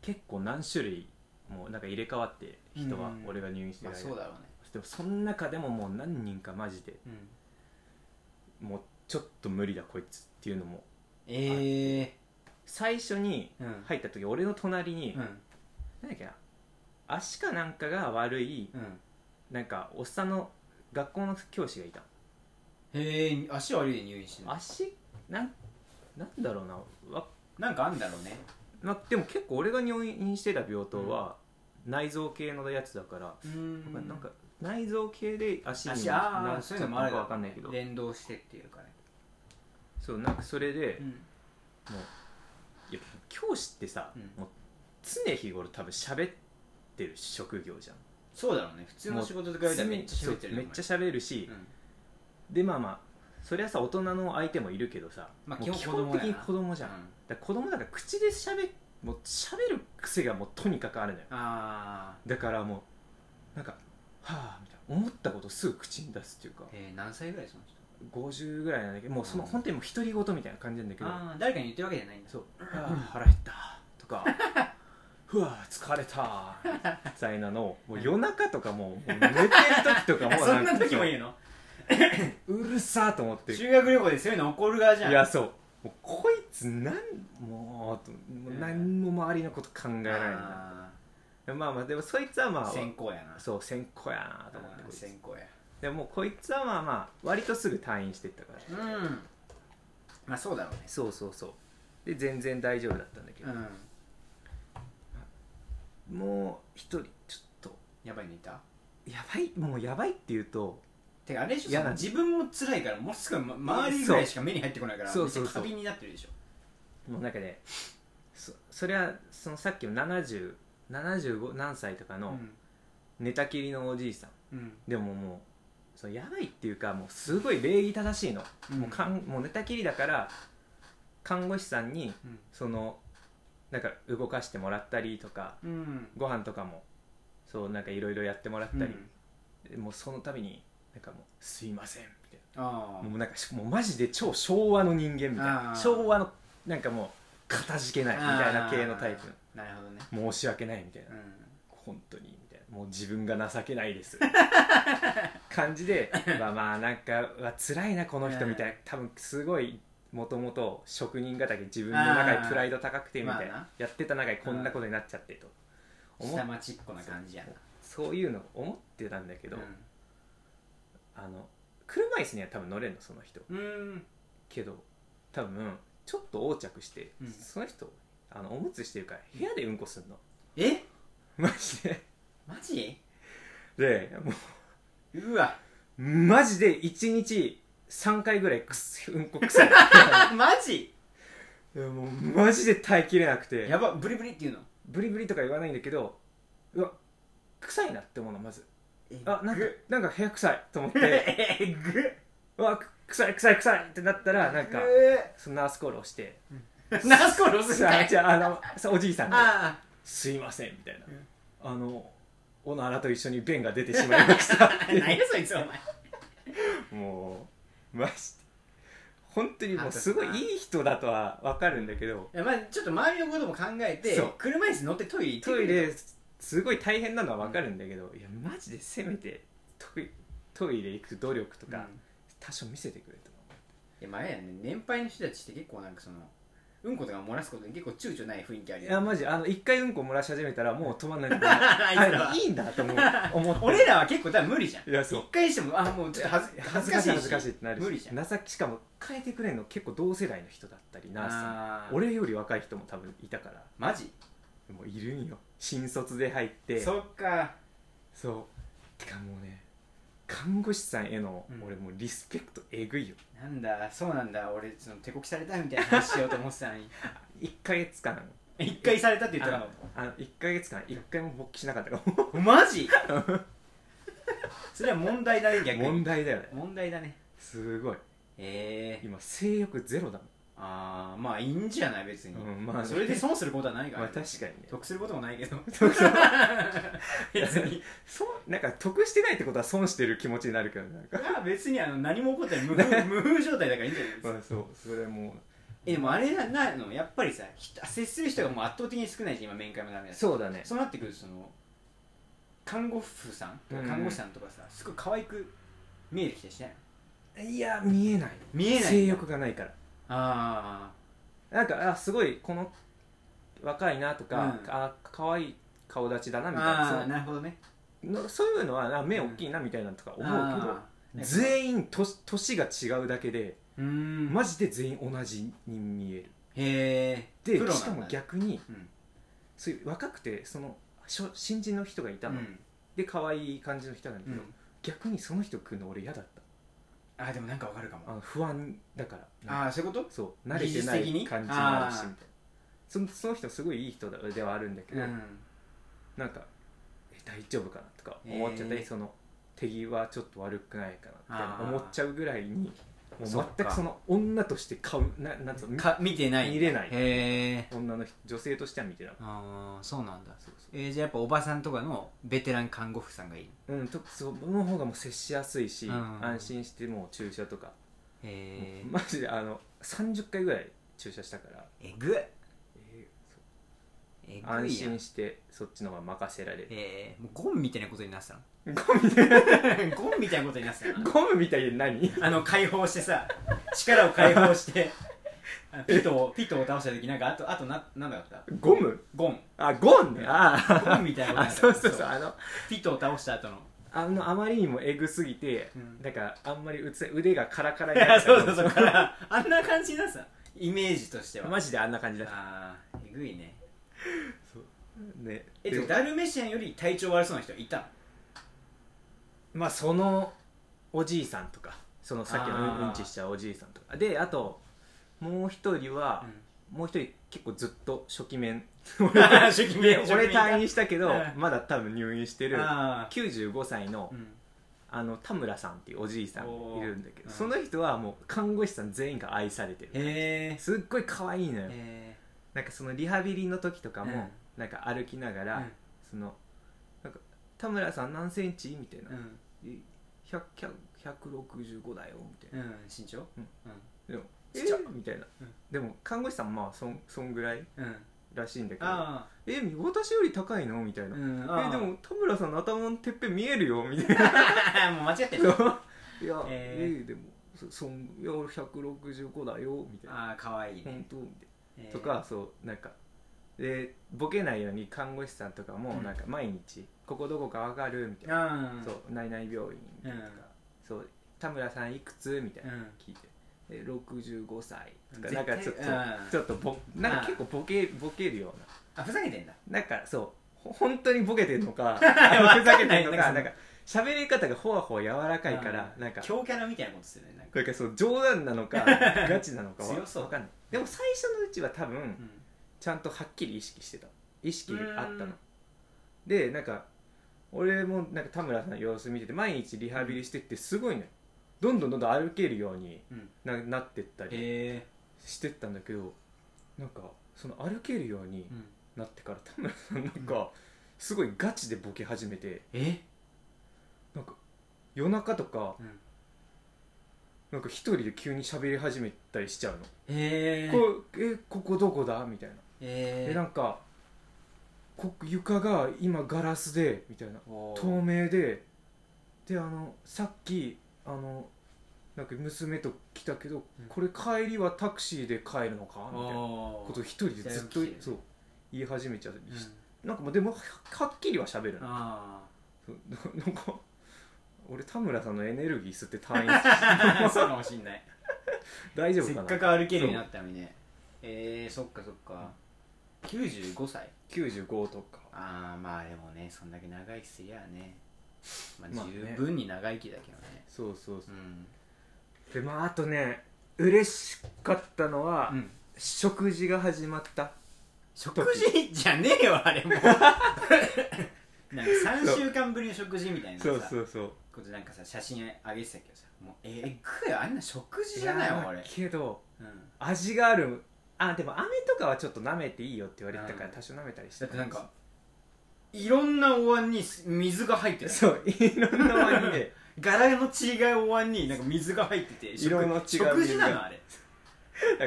Speaker 1: 結構何種類もうなんか入れ替わって人は
Speaker 2: うん
Speaker 1: 俺が入院して
Speaker 2: ま
Speaker 1: る
Speaker 2: あ
Speaker 1: 間
Speaker 2: そうだろうね
Speaker 1: でもその中でももう何人かマジで
Speaker 2: うん
Speaker 1: もうちょっと無理だこいつっていうのも
Speaker 2: ええ
Speaker 1: 最初に
Speaker 2: うん
Speaker 1: 入った時俺の隣に、
Speaker 2: うん
Speaker 1: なんだっけな足かなんかが悪い
Speaker 2: うん
Speaker 1: なんかおっさんの学校の教師がいた
Speaker 2: へえ足悪いで入院してる
Speaker 1: 足なんなんだろうなわ、
Speaker 2: なんかあんだろうね
Speaker 1: ま、でも結構俺が入院してた病棟は内臓系のやつだから、
Speaker 2: うん
Speaker 1: なんか内臓系で足に
Speaker 2: 足あ
Speaker 1: な
Speaker 2: あ
Speaker 1: っち
Speaker 2: そ
Speaker 1: ゃ
Speaker 2: う
Speaker 1: った
Speaker 2: いうの
Speaker 1: の
Speaker 2: もあ
Speaker 1: か
Speaker 2: るだろう
Speaker 1: 分かんないけど
Speaker 2: 連動してっていうかね
Speaker 1: そうなんかそれで、
Speaker 2: うん
Speaker 1: もういや教師ってさ、
Speaker 2: うん
Speaker 1: もう常日頃多分喋ってる職業じゃん
Speaker 2: そうだろうね普通の仕事と比べたらめっちゃ喋ってる
Speaker 1: そう
Speaker 2: よ
Speaker 1: めっちゃ喋るし
Speaker 2: お、前うん
Speaker 1: でまあまあそれはさ大人の相手もいるけどさ、
Speaker 2: まあ
Speaker 1: もう
Speaker 2: 基本
Speaker 1: 基本的に子供じゃん、
Speaker 2: うん
Speaker 1: だから子供だから口で喋もう喋る癖がもうとにかくあるのよ
Speaker 2: あ
Speaker 1: だからもうなんかはあみたいな思ったことすぐ口に出すっていうか
Speaker 2: あえー何歳ぐらいその人
Speaker 1: 50ぐらいなんだけどもうその、
Speaker 2: うん
Speaker 1: 本当にもう独り言みたいな感じなんだけど
Speaker 2: ああ誰かに言ってるわけじゃないんだ
Speaker 1: そう「あー腹減った」と か「ふわー疲れた」みたいなのをもう夜中とかもうもう寝てる時とかも
Speaker 2: え
Speaker 1: う
Speaker 2: そんな時も
Speaker 1: い
Speaker 2: 言うの
Speaker 1: うるさーと思ってい
Speaker 2: 修学旅行でそういうの怒る側じゃん
Speaker 1: やそうもうこいつなんもうともう何も周りのこと考えられないな
Speaker 2: あ
Speaker 1: まあまあでもそいつはま
Speaker 2: ー
Speaker 1: あ
Speaker 2: 先行やな
Speaker 1: そう先行やなと思って
Speaker 2: あ
Speaker 1: こ
Speaker 2: ー
Speaker 1: いつ
Speaker 2: 先行や
Speaker 1: でももうこいつはまあまあ割とすぐ退院してったから
Speaker 2: うんまあそうだろうね
Speaker 1: そうそうそうで全然大丈夫だったんだけど、
Speaker 2: ん
Speaker 1: もう一人ちょっと
Speaker 2: やばいのいた
Speaker 1: やばいもうやばいっていうと
Speaker 2: てかあれでしょ
Speaker 1: 嫌
Speaker 2: その
Speaker 1: なん
Speaker 2: 自分も辛いからもうすぐま周りぐらいしか目に入ってこないから
Speaker 1: そう
Speaker 2: めっちゃ
Speaker 1: そうそう
Speaker 2: 過敏になってるでしょ
Speaker 1: もうなんかねそそれはそのさっきの7075何歳とか
Speaker 2: う
Speaker 1: の
Speaker 2: ん
Speaker 1: 寝たきりのおじいさん、
Speaker 2: うん
Speaker 1: でももうそのやばいっていうかもうすごい礼儀正しいの、
Speaker 2: うん
Speaker 1: もうかんもう寝たきりだから看護師さんに
Speaker 2: うん
Speaker 1: そのなんか動かしてもらったりとか
Speaker 2: うん
Speaker 1: ご飯とかもそうなんかいろいろやってもらった
Speaker 2: う
Speaker 1: り、
Speaker 2: ん
Speaker 1: でもうその度になんかもう「すいません」みたい
Speaker 2: あ
Speaker 1: なもうなんかしもうマジで超昭和の人間みたい
Speaker 2: あ
Speaker 1: な
Speaker 2: ー
Speaker 1: 昭和のなんかもうかたじけないみたいな系のタイプ
Speaker 2: プなるほどね
Speaker 1: 申し訳ないみたいな、
Speaker 2: うん
Speaker 1: 本当にみたいなもう自分が情けないです 感じでまあまあなんかうわ辛いなこの人みたいな多分すごいもともと職人敵自分の中にプライド高くてみたい
Speaker 2: あーまあ
Speaker 1: な
Speaker 2: な
Speaker 1: やってた中にこんなことになっちゃってと思
Speaker 2: 下
Speaker 1: っ
Speaker 2: 町っ子な感じやな
Speaker 1: そういうの思ってたんだけど、
Speaker 2: う
Speaker 1: あの車椅子には多分乗れんのその人
Speaker 2: んうん
Speaker 1: けど多分ちょっと横着して、
Speaker 2: うん
Speaker 1: その人あのおむつしてるから部屋でうんこすんの、
Speaker 2: え
Speaker 1: マジで
Speaker 2: マジ
Speaker 1: でも
Speaker 2: うわ
Speaker 1: うマジで1日3回ぐらいくすうんこ 臭い
Speaker 2: あマジ
Speaker 1: いやもうマジで耐えきれなくて
Speaker 2: やばブリブリっていうの
Speaker 1: ブリブリとか言わないんだけどうわ臭いなって思うのまずあなんか
Speaker 2: ぐ
Speaker 1: なんか部屋臭いと思っ て
Speaker 2: えぐ
Speaker 1: うわく臭い臭い臭いってなったらなんか
Speaker 2: え
Speaker 1: そのナースコールをして
Speaker 2: ーナースコール押すん
Speaker 1: さ
Speaker 2: だ
Speaker 1: あじゃああのさおじいさんが
Speaker 2: あ
Speaker 1: 「すいません」みたいな
Speaker 2: うん
Speaker 1: 「あのおならと一緒に便が出てしまいました」っ
Speaker 2: あ
Speaker 1: て
Speaker 2: 何やそいつお前
Speaker 1: もうマジで本当にもうすごいいい人だとは分かるんだけど
Speaker 2: いやまあちょっと周りのことも考えて
Speaker 1: そう
Speaker 2: 車椅子乗ってトイレ行ってく
Speaker 1: ト
Speaker 2: れ
Speaker 1: イレすごい大変なのは分かるんだけどいやマジでせめてトイトイレ行く努力と
Speaker 2: うんい
Speaker 1: か多少見せてくれと
Speaker 2: や前やね年配の人たちって結構なんかそのうんことか漏らすことに結構躊躇ない雰囲気ある
Speaker 1: い
Speaker 2: よ
Speaker 1: やマジあの一回うんこ漏らし始めたらもう止まんない
Speaker 2: あいつらは
Speaker 1: あいいんだと思う思って
Speaker 2: 俺らは結構多分無理じゃん
Speaker 1: いやそう
Speaker 2: 一回してもあもうちょっと恥ず恥ずかしいし
Speaker 1: 恥ずかしいってなるし
Speaker 2: 無理じゃん
Speaker 1: 情けしかも変えてくれんの結構同世代の人だったりナースさん
Speaker 2: あー
Speaker 1: 俺より若い人も多分いたから
Speaker 2: マジ
Speaker 1: もういるんよ新卒で入って
Speaker 2: そっか
Speaker 1: そうてかもうね看護師さんへの
Speaker 2: うん
Speaker 1: 俺もうリスペクトえぐいよ、
Speaker 2: なんだそうなんだ俺その手こきされたみたいな話しようと思ってたのに
Speaker 1: 1ヶ月間
Speaker 2: 一回されたって言っ
Speaker 1: あ
Speaker 2: た
Speaker 1: の
Speaker 2: の
Speaker 1: あの1ヶ月間1回も勃起しなかったからも
Speaker 2: マ ジそれは問題だね
Speaker 1: う
Speaker 2: 逆に
Speaker 1: 問題だよね
Speaker 2: 問題だね
Speaker 1: すごい
Speaker 2: ええ
Speaker 1: 今性欲ゼロだ
Speaker 2: ああまあいいんじゃない別に、
Speaker 1: もん、うん、まあ、
Speaker 2: それで損することはないから、
Speaker 1: まあ確かにね
Speaker 2: 得することもないけ ど
Speaker 1: そうそう
Speaker 2: 別に
Speaker 1: そうなんか得してないってことは損してる気持ちになるけどなんか
Speaker 2: まあ別にあの何も起こってない 無風無風状態だからいいんじゃないですか
Speaker 1: まあそうそれも
Speaker 2: えでもあれななのやっぱりさひ接する人がもう圧倒的に少ないじゃん今面会もダメだし
Speaker 1: そうだね
Speaker 2: そうなってくるとその看護婦さんとか
Speaker 1: うん
Speaker 2: 看護師さんとかさ、すごい可愛く見えてきたりしない
Speaker 1: いや見えない
Speaker 2: 見えない
Speaker 1: 性欲がないから
Speaker 2: あ
Speaker 1: なんかあすごいこの若いなとか、
Speaker 2: うん
Speaker 1: あ可愛い顔立ちだな
Speaker 2: ー
Speaker 1: みたいなそ
Speaker 2: あ
Speaker 1: の
Speaker 2: ーなるほどね
Speaker 1: のそういうのはあ目大きいなみたいなのとか思うけど、
Speaker 2: あー
Speaker 1: 全員と年が違うだけで
Speaker 2: うーん
Speaker 1: マジで全員同じに見える
Speaker 2: へえ
Speaker 1: でしかも逆に
Speaker 2: うん
Speaker 1: そういう若くてそのしょ新人の人がいた
Speaker 2: う
Speaker 1: の、
Speaker 2: ん
Speaker 1: で可愛い感じの人なんだけど、逆にその人来るの俺嫌だっ
Speaker 2: あーでもなんかわかるかも
Speaker 1: たあの不安だから
Speaker 2: ああそういうこと
Speaker 1: そう慣れてな
Speaker 2: 技術的に
Speaker 1: い感じもあるし
Speaker 2: あー
Speaker 1: みたいなそのその人すごいいい人ではあるんだけど、
Speaker 2: うん
Speaker 1: なんかえ大丈夫かなとか思っちゃったり、
Speaker 2: えー
Speaker 1: その手際ちょっと悪くないかなみたい
Speaker 2: あー
Speaker 1: な思っちゃうぐらいにも
Speaker 2: そっ
Speaker 1: う
Speaker 2: か
Speaker 1: 全くその女として顔ななんつうの
Speaker 2: か見てない
Speaker 1: 見れない
Speaker 2: へえ
Speaker 1: 女の人女性としては見てなかっ
Speaker 2: ああそうなんだ
Speaker 1: たそうそ
Speaker 2: えー、じゃあやっぱおばさんとかのベテラン看護婦さんがいいへ
Speaker 1: ううんとその方がもう接しやすいし、
Speaker 2: うん
Speaker 1: 安心してもう注射とか、
Speaker 2: え
Speaker 1: マジであの30回ぐらい注射したから、
Speaker 2: えぐえ
Speaker 1: そう
Speaker 2: ぐいや
Speaker 1: 安
Speaker 2: ん
Speaker 1: 心してそっちの方が任せられる
Speaker 2: えー、もうゴンみたいなことになってたの
Speaker 1: ゴムみたい
Speaker 2: ゴンみたいなことになってたの
Speaker 1: ゴムみたいで何
Speaker 2: あの解放してさ力を解放してあのピトをピトを倒した時なんかあとあとななんだかった
Speaker 1: ゴム
Speaker 2: ゴン
Speaker 1: あゴンねあ
Speaker 2: ゴ
Speaker 1: ー
Speaker 2: ンみたいなことに
Speaker 1: あ
Speaker 2: なってた
Speaker 1: そうそうそうあの
Speaker 2: ピトを倒した後 の
Speaker 1: あのあまりにもエグすぎて、
Speaker 2: うん
Speaker 1: だからあんまりうつ腕がカラカラ
Speaker 2: い
Speaker 1: にな
Speaker 2: や
Speaker 1: っちゃ
Speaker 2: そううそうそうからあんな感じになってたのイメージとしては、
Speaker 1: マジであんな感じだった
Speaker 2: ああえぐいね
Speaker 1: ねで
Speaker 2: えで
Speaker 1: も
Speaker 2: もダルメシアンより体調悪そうな人いたの
Speaker 1: まあそのおじいさんとかそのさっき
Speaker 2: あ
Speaker 1: の
Speaker 2: ー
Speaker 1: うんちしちゃうおじいさんとかであともう一人は、 もう一人結構ずっと初期面
Speaker 2: 初期
Speaker 1: で
Speaker 2: 面
Speaker 1: 俺退院したけど
Speaker 2: うん
Speaker 1: まだ多分入院してる
Speaker 2: ああ
Speaker 1: 95歳の
Speaker 2: うん
Speaker 1: あの田村さんっていうおじいさんがいるんだけど、
Speaker 2: おー
Speaker 1: その人はもう看護師さん全員が愛されてる
Speaker 2: へ
Speaker 1: すっごい可愛いのよ、
Speaker 2: え
Speaker 1: なんかそのリハビリの時とかも、
Speaker 2: うん
Speaker 1: なんか歩きながら、そのなんか田村さん何センチみたいな、
Speaker 2: うん
Speaker 1: 百百165だよみたいな、
Speaker 2: うん身長
Speaker 1: うん
Speaker 2: う
Speaker 1: でも「え
Speaker 2: ちっちゃ
Speaker 1: みたいな、
Speaker 2: うん
Speaker 1: でも看護師さんまあそんそんぐらい
Speaker 2: んうん
Speaker 1: らしいんだけど
Speaker 2: あ
Speaker 1: 「え私より高いの?」みたい
Speaker 2: あ
Speaker 1: な、
Speaker 2: うんああ
Speaker 1: え でも田村さんの頭のてっぺん見えるよ」みたいな
Speaker 2: もう間違って
Speaker 1: い
Speaker 2: る
Speaker 1: や「え
Speaker 2: え
Speaker 1: でもそそんいや俺165だよ」みたいな
Speaker 2: ああかわ
Speaker 1: 「
Speaker 2: いいね
Speaker 1: 本当?」みたいな。
Speaker 2: えー
Speaker 1: とか、そうなんかでボケないように看護師さんとかも
Speaker 2: うん
Speaker 1: なんか毎日「ここどこかわかる?」みたいな「
Speaker 2: ああ
Speaker 1: そう何々病院」みたいなとか「そう田村さんいくつ?」みたいな
Speaker 2: うん
Speaker 1: 聞いて「で65歳」とか
Speaker 2: 絶
Speaker 1: なん
Speaker 2: 対
Speaker 1: かちょっと
Speaker 2: うん
Speaker 1: ちょっとボなんか結構ボケボケるよう
Speaker 2: あふざけてんだ
Speaker 1: ななんかそうほ本当にボケてるのか
Speaker 2: わか
Speaker 1: ふ
Speaker 2: んな
Speaker 1: ざけ
Speaker 2: い
Speaker 1: てるの
Speaker 2: なんか
Speaker 1: か
Speaker 2: その
Speaker 1: なんか喋り方がほわほわ柔らかいからなんか
Speaker 2: 強キャラみたいなことですよねなんか、
Speaker 1: これかそう冗談なの かガチなのかわ
Speaker 2: 強そう
Speaker 1: わかんないでも最初のうちは多分
Speaker 2: うん
Speaker 1: ちゃんとはっきり意識してた意識あった
Speaker 2: う
Speaker 1: の
Speaker 2: ん
Speaker 1: でなんか俺もなんか田村さんの様子見てて毎日リハビリしてってすごいのよどんどんどんどん歩けるように
Speaker 2: うん
Speaker 1: ななってったり
Speaker 2: へ
Speaker 1: してったんだけどなんかその歩けるように
Speaker 2: ーうん
Speaker 1: なってから田村さんなんかすごいガチでボケ始めて
Speaker 2: え
Speaker 1: なんか夜中とか
Speaker 2: うん
Speaker 1: なんか一人で急に喋り始めたりしちゃうの
Speaker 2: えー
Speaker 1: こえここどこだみたいなえ
Speaker 2: え
Speaker 1: なんかこ床が今ガラスでみたいな
Speaker 2: おー
Speaker 1: 透明でであのさっきあのなんか娘と来たけど、
Speaker 2: うん
Speaker 1: これ帰りはタクシーで帰るのかみたいな
Speaker 2: おー
Speaker 1: ことを一人でずっと
Speaker 2: だいぶ来てる
Speaker 1: そう言い始めちゃう、
Speaker 2: うん
Speaker 1: なんかもうでもははっきりは喋るの
Speaker 2: あ
Speaker 1: そう ななんか俺田村さんのエネルギー吸って退院
Speaker 2: あそうかもしんない
Speaker 1: 大丈
Speaker 2: せ
Speaker 1: 夫
Speaker 2: っ
Speaker 1: か
Speaker 2: か
Speaker 1: な
Speaker 2: く歩けるようになったのにねえー、そっかそっか95歳
Speaker 1: 95とか
Speaker 2: ああまあでもねそんだけ長生きすりゃあね、ま
Speaker 1: ま
Speaker 2: あ、
Speaker 1: あね
Speaker 2: 十分に長生きだけどね
Speaker 1: そうそうそううんでまああとね嬉しかったのは、
Speaker 2: うん
Speaker 1: 食事が始まった
Speaker 2: 食事じゃねえよあれもう なんか3週間ぶりの食事みたいなさ
Speaker 1: そうそうそう
Speaker 2: ことなんかさ写真あげてたけどさもうえぐいあんな食事じゃない
Speaker 1: や
Speaker 2: わ
Speaker 1: まあ
Speaker 2: 俺
Speaker 1: けど
Speaker 2: うん
Speaker 1: 味があるあでも飴とかはちょっと舐めていいよって言われてたから
Speaker 2: うん
Speaker 1: 多少舐めたりして
Speaker 2: だ
Speaker 1: た
Speaker 2: ってなんかいろんなお椀に水が入ってる
Speaker 1: そういろんなワインで
Speaker 2: 柄の違いお椀になんか水が入ってて食
Speaker 1: 色の違う水が
Speaker 2: 食事なのあれ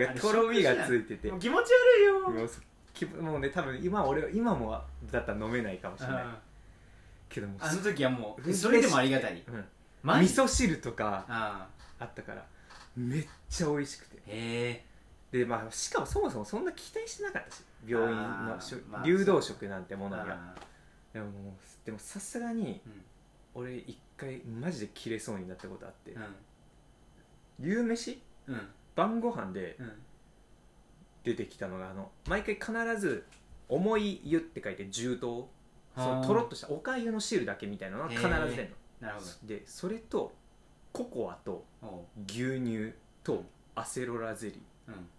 Speaker 1: なんかとろみがついてて
Speaker 2: も
Speaker 1: も
Speaker 2: う
Speaker 1: う
Speaker 2: 気持ち悪いよ
Speaker 1: きもうね多分今俺は今もだったら飲めないかもしれない
Speaker 2: うん
Speaker 1: けども
Speaker 2: あの時はも
Speaker 1: 嬉
Speaker 2: う
Speaker 1: しい
Speaker 2: それでもありがたい
Speaker 1: うん、
Speaker 2: マ
Speaker 1: 味
Speaker 2: ジ
Speaker 1: 噌汁とか
Speaker 2: ああ
Speaker 1: あったからめっちゃ美味しくて
Speaker 2: へえ
Speaker 1: でまあしかもそもそもそんな期待してなかったし病院のしょ
Speaker 2: あーまあ
Speaker 1: 流動食なんてものには
Speaker 2: ああ
Speaker 1: でももうでもさすがに
Speaker 2: うん
Speaker 1: 俺一回マジで切れそうになったことあって、
Speaker 2: うん
Speaker 1: 夕飯
Speaker 2: うん
Speaker 1: 晩ご飯で
Speaker 2: うん
Speaker 1: 出てきたのがあの毎回必ず「重い湯」って書いて重湯そ
Speaker 2: あ
Speaker 1: の
Speaker 2: ー
Speaker 1: とろっとしたおかゆの汁だけみたいなのが必ず出る
Speaker 2: なる
Speaker 1: の
Speaker 2: ほ
Speaker 1: でそれとココアと
Speaker 2: どおう
Speaker 1: 牛乳とアセロラゼリー
Speaker 2: うん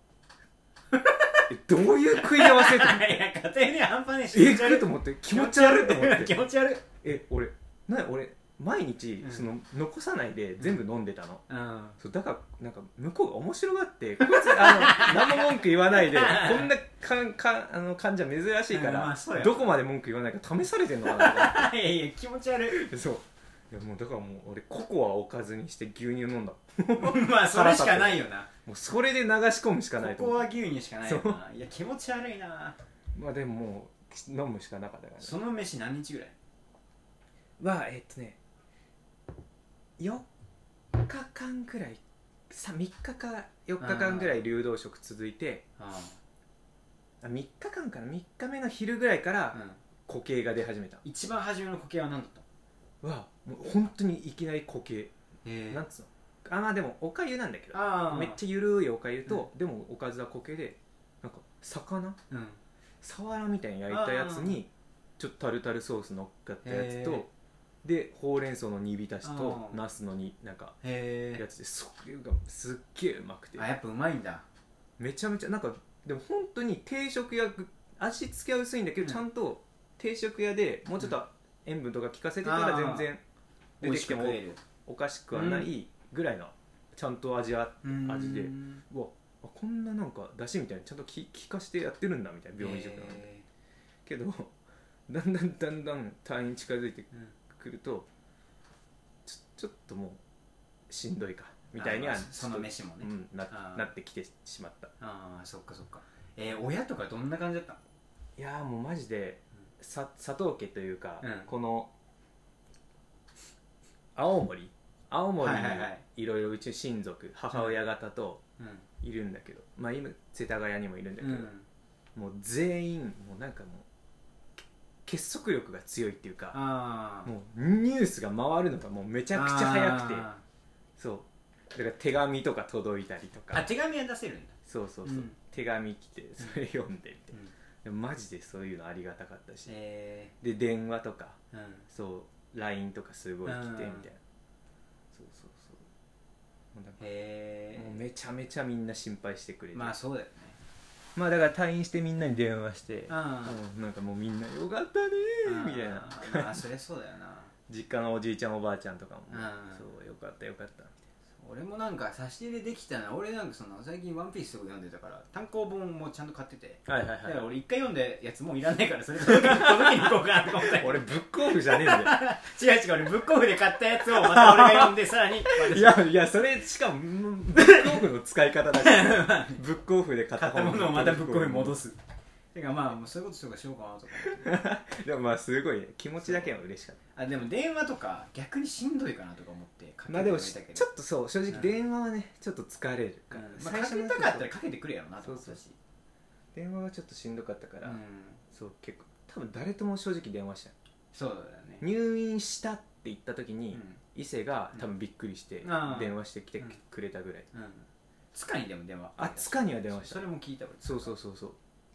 Speaker 1: えどういう食い合わせ と思っ
Speaker 2: いや家庭に半端ねえし
Speaker 1: てえっと思って気持ち悪いと思っ
Speaker 2: 気
Speaker 1: て
Speaker 2: 持ち悪い
Speaker 1: え俺な俺毎日
Speaker 2: うん
Speaker 1: その残さないで全部飲んでたの、
Speaker 2: うん
Speaker 1: そうだからなんか向こうが面白がってこいつあ の何も文句言わないでこんなかんかんあの患者珍しいか
Speaker 2: うんま
Speaker 1: ら
Speaker 2: あそうや
Speaker 1: どこまで文句言わないか試されてんのかなと思
Speaker 2: いやいや気持 ち悪
Speaker 1: ってそういやもうだからもう俺ココアをおかずにして牛乳飲んだ
Speaker 2: いまあそれしかないよな
Speaker 1: もうそれで流し込むしかないと
Speaker 2: ここ
Speaker 1: 思う
Speaker 2: は牛乳しかないよないや気持ち悪いな
Speaker 1: まあでももう飲むしかなかったからね
Speaker 2: その飯何日ぐらい
Speaker 1: はえっとね4日間ぐらいさ3日か4日間ぐらい流動食続いて
Speaker 2: あ
Speaker 1: あ3日間から3日目の昼ぐらいから、
Speaker 2: あうん
Speaker 1: 固形が出始めた
Speaker 2: 一番初めの固形は何だったの
Speaker 1: はもう本当にいきなり固形、
Speaker 2: え
Speaker 1: なんつうのあまあでもおかゆなんだけど
Speaker 2: ああ
Speaker 1: めっちゃゆるいおかゆと、でもおかずは固形でなんか魚
Speaker 2: うん
Speaker 1: サワラみたいに焼いたやつにちょっとタルタルソース乗っかったやつ
Speaker 2: へ
Speaker 1: とでほうれん草の煮浸しと
Speaker 2: あー
Speaker 1: ナスのになんか
Speaker 2: へ
Speaker 1: や
Speaker 2: え
Speaker 1: つでそれがすっげえうまくて
Speaker 2: あやっぱうまいんだ
Speaker 1: めちゃめちゃなんかでも本当に定食屋味付けは薄いんだけど、
Speaker 2: うん
Speaker 1: ちゃんと定食屋でもうちょっと塩分とか効かせてたら全然出
Speaker 2: 美味
Speaker 1: て
Speaker 2: し
Speaker 1: き
Speaker 2: く
Speaker 1: ても
Speaker 2: 食える
Speaker 1: おかしくはないぐらいのちゃんと味あ味で
Speaker 2: うん
Speaker 1: うわあこんななんか出汁みたいなのちゃんとき効かしてやってるんだみたいな病院食なんで、
Speaker 2: え
Speaker 1: けどだんだんだんだん退院近づいて
Speaker 2: ーうん
Speaker 1: くるとちょちょっともうしんどいかみたいには
Speaker 2: あまあその飯も
Speaker 1: う
Speaker 2: ね
Speaker 1: ん、な
Speaker 2: あー
Speaker 1: なってきてしまった
Speaker 2: ああそっかそっかえー親とかどんな感じだったの
Speaker 1: いやーもうマジでさ佐藤家というか、
Speaker 2: うん
Speaker 1: この青森青森に
Speaker 2: はいはいはい
Speaker 1: いろいろうち親族母親方と、
Speaker 2: うん
Speaker 1: いるんだけどまあ今世田谷にもいるんだけ
Speaker 2: う
Speaker 1: ど、
Speaker 2: ん
Speaker 1: もう全員もうなんかもうけ結束力が強いっていうか
Speaker 2: ああ
Speaker 1: もうニュースが回るのがもうめちゃくちゃ早くて
Speaker 2: あ
Speaker 1: そうだから手紙とか届いたりと
Speaker 2: ーあ
Speaker 1: か
Speaker 2: 手紙は出せるんだ
Speaker 1: そうそうそう、
Speaker 2: うん
Speaker 1: 手紙来てそれ読んでみたいな、でもマジでそういうのありがたかったし、
Speaker 2: え
Speaker 1: で電話とか
Speaker 2: ーうん
Speaker 1: そう LINE とかすごい来てみたいな、
Speaker 2: うん
Speaker 1: そうそうそうもうだから
Speaker 2: え
Speaker 1: もうめちゃめちゃみんな心配してくれ
Speaker 2: ー
Speaker 1: て、
Speaker 2: まあそうだよね
Speaker 1: まあだから退院してみんなに電話して、
Speaker 2: う
Speaker 1: うんなんかもうみんな「よかったね ー」みたいな
Speaker 2: あーまあそりゃそうだよな
Speaker 1: 実家のおじいちゃんおばあちゃんとかも「
Speaker 2: うん
Speaker 1: そうよかったよかった」み
Speaker 2: 俺もなんか差し入れできたな俺なんかその最近「ワンピースとか読んでたから単行本もちゃんと買ってて
Speaker 1: たいなはい
Speaker 2: だか
Speaker 1: はい
Speaker 2: ら
Speaker 1: はい
Speaker 2: 俺一回読んだやつもういらないからそれ届けに届けに行こうかなと思って
Speaker 1: 俺ブックオフじゃねえんだよ
Speaker 2: 違う違う俺ブックオフで買ったやつをまた俺が読んでさらに
Speaker 1: いやいやそれしかもうんブックオフの使い方だ からブックオフで買っ
Speaker 2: 買
Speaker 1: た
Speaker 2: ったものをまたブックオフに戻
Speaker 1: す
Speaker 2: すてかまあもうそういうこととかしようかなとか思っ て
Speaker 1: でもまあすごいね気持ちだけは嬉しかっ
Speaker 2: あでも電話とか逆にしんどいかなとか思ってか
Speaker 1: た
Speaker 2: け
Speaker 1: まあ
Speaker 2: て
Speaker 1: で
Speaker 2: も
Speaker 1: も
Speaker 2: い
Speaker 1: し
Speaker 2: たけど
Speaker 1: ちょっとそう正直電話はねちょっと疲れる
Speaker 2: う
Speaker 1: から
Speaker 2: んまあ、かけ
Speaker 1: の
Speaker 2: たかったらかけてくれやろなと思ったし
Speaker 1: 電話はちょっとしんどかったか
Speaker 2: う
Speaker 1: ら
Speaker 2: ん
Speaker 1: そう結構多分誰とも正直電話した
Speaker 2: そうだよね
Speaker 1: 入院したって言った時に、
Speaker 2: うん
Speaker 1: 伊勢が多分びっくりして
Speaker 2: うんああ
Speaker 1: 電話してきて
Speaker 2: うん
Speaker 1: くれたぐらい、
Speaker 2: うんつかにでも電話
Speaker 1: あつかには電話した
Speaker 2: それも聞いた俺
Speaker 1: そうそうそうそう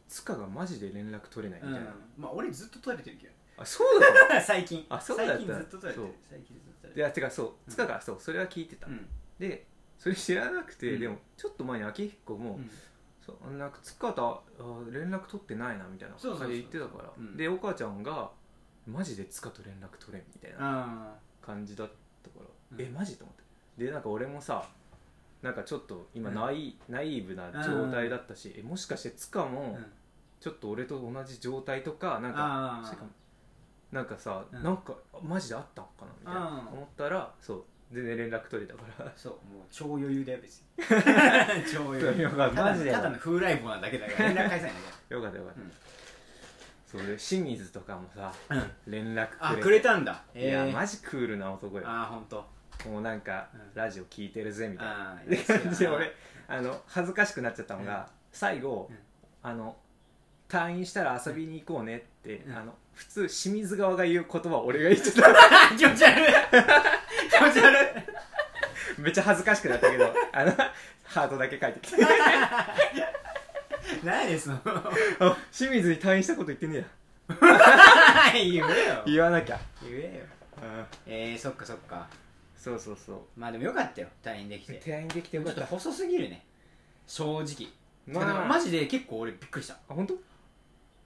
Speaker 1: つかがマジで連絡取れないみ
Speaker 2: ん
Speaker 1: たいな、
Speaker 2: まあ俺ずっと取れてるけ
Speaker 1: あそうだっ
Speaker 2: ど最近
Speaker 1: あそうだった
Speaker 2: 最近ずっと取れて
Speaker 1: そ
Speaker 2: る
Speaker 1: う
Speaker 2: 最近ずっと取
Speaker 1: た
Speaker 2: れ
Speaker 1: い
Speaker 2: てる
Speaker 1: やてかそうつかがそうそれは聞いてた、
Speaker 2: うん
Speaker 1: でそれ知らなくて、
Speaker 2: うん
Speaker 1: でもちょっと前に明彦も、
Speaker 2: うん
Speaker 1: そうなんかつかとあ連絡取ってないなみたいな
Speaker 2: そうそうそう
Speaker 1: れ言ってたから、
Speaker 2: うん
Speaker 1: でお母ちゃんがマジでつかと連絡取れんみたいな
Speaker 2: あ
Speaker 1: 感じだったから、
Speaker 2: うん
Speaker 1: えマジと思ってでなんか俺もさなんかちょっと今
Speaker 2: うん
Speaker 1: ナイ,、ナイーブな状態だったし、えもしかしてつか
Speaker 2: ー
Speaker 1: も
Speaker 2: うん
Speaker 1: ちょっと俺と同じ状態とかなんか
Speaker 2: あ
Speaker 1: し
Speaker 2: ー
Speaker 1: かもなんかさ、
Speaker 2: うん
Speaker 1: なんかマジであったのかなみたいな
Speaker 2: うん
Speaker 1: 思ったらそう全然連絡取れたから
Speaker 2: そうもう超余裕だ よ別に超
Speaker 1: そう
Speaker 2: 余
Speaker 1: よ
Speaker 2: 裕
Speaker 1: かった
Speaker 2: ただ
Speaker 1: マジ
Speaker 2: の
Speaker 1: で
Speaker 2: ただの風来坊なだけだから連絡返さないだ
Speaker 1: よかったよかった、
Speaker 2: うん
Speaker 1: そうで清水とかもさ
Speaker 2: けうん
Speaker 1: 連絡くれ
Speaker 2: あ
Speaker 1: て
Speaker 2: くれたんだ
Speaker 1: いや
Speaker 2: えー
Speaker 1: マジクールな男よ
Speaker 2: あーほんと
Speaker 1: もうなんか、
Speaker 2: うん
Speaker 1: ラジオ聞いてるぜみたいな
Speaker 2: あー
Speaker 1: で
Speaker 2: いいっす よ
Speaker 1: で俺あの恥ずかしくなっちゃったのが、
Speaker 2: うん
Speaker 1: 最後、
Speaker 2: うん
Speaker 1: あの退院したら遊びに行こうねって、
Speaker 2: うん
Speaker 1: あの普通清水側が言う言葉を俺が言ってた
Speaker 2: 気持ち悪い 気持ち悪い
Speaker 1: めっちゃ恥ずかしくなったけどあのハートだけ書いて きて
Speaker 2: 何でその
Speaker 1: あ清水に退院したこと言ってねえや
Speaker 2: 言えよ言
Speaker 1: 言わなきゃ
Speaker 2: え
Speaker 1: う
Speaker 2: よ
Speaker 1: ん
Speaker 2: えー、そっかそっか
Speaker 1: そうそうそう
Speaker 2: まあでもよかったよ退院できて
Speaker 1: 退院できて
Speaker 2: で
Speaker 1: よ
Speaker 2: も
Speaker 1: か
Speaker 2: ちょ
Speaker 1: っ
Speaker 2: っと
Speaker 1: た
Speaker 2: 細すぎるね正直、
Speaker 1: ま
Speaker 2: だから
Speaker 1: あ
Speaker 2: マジで結構俺びっくりした、
Speaker 1: あ本当、
Speaker 2: まあ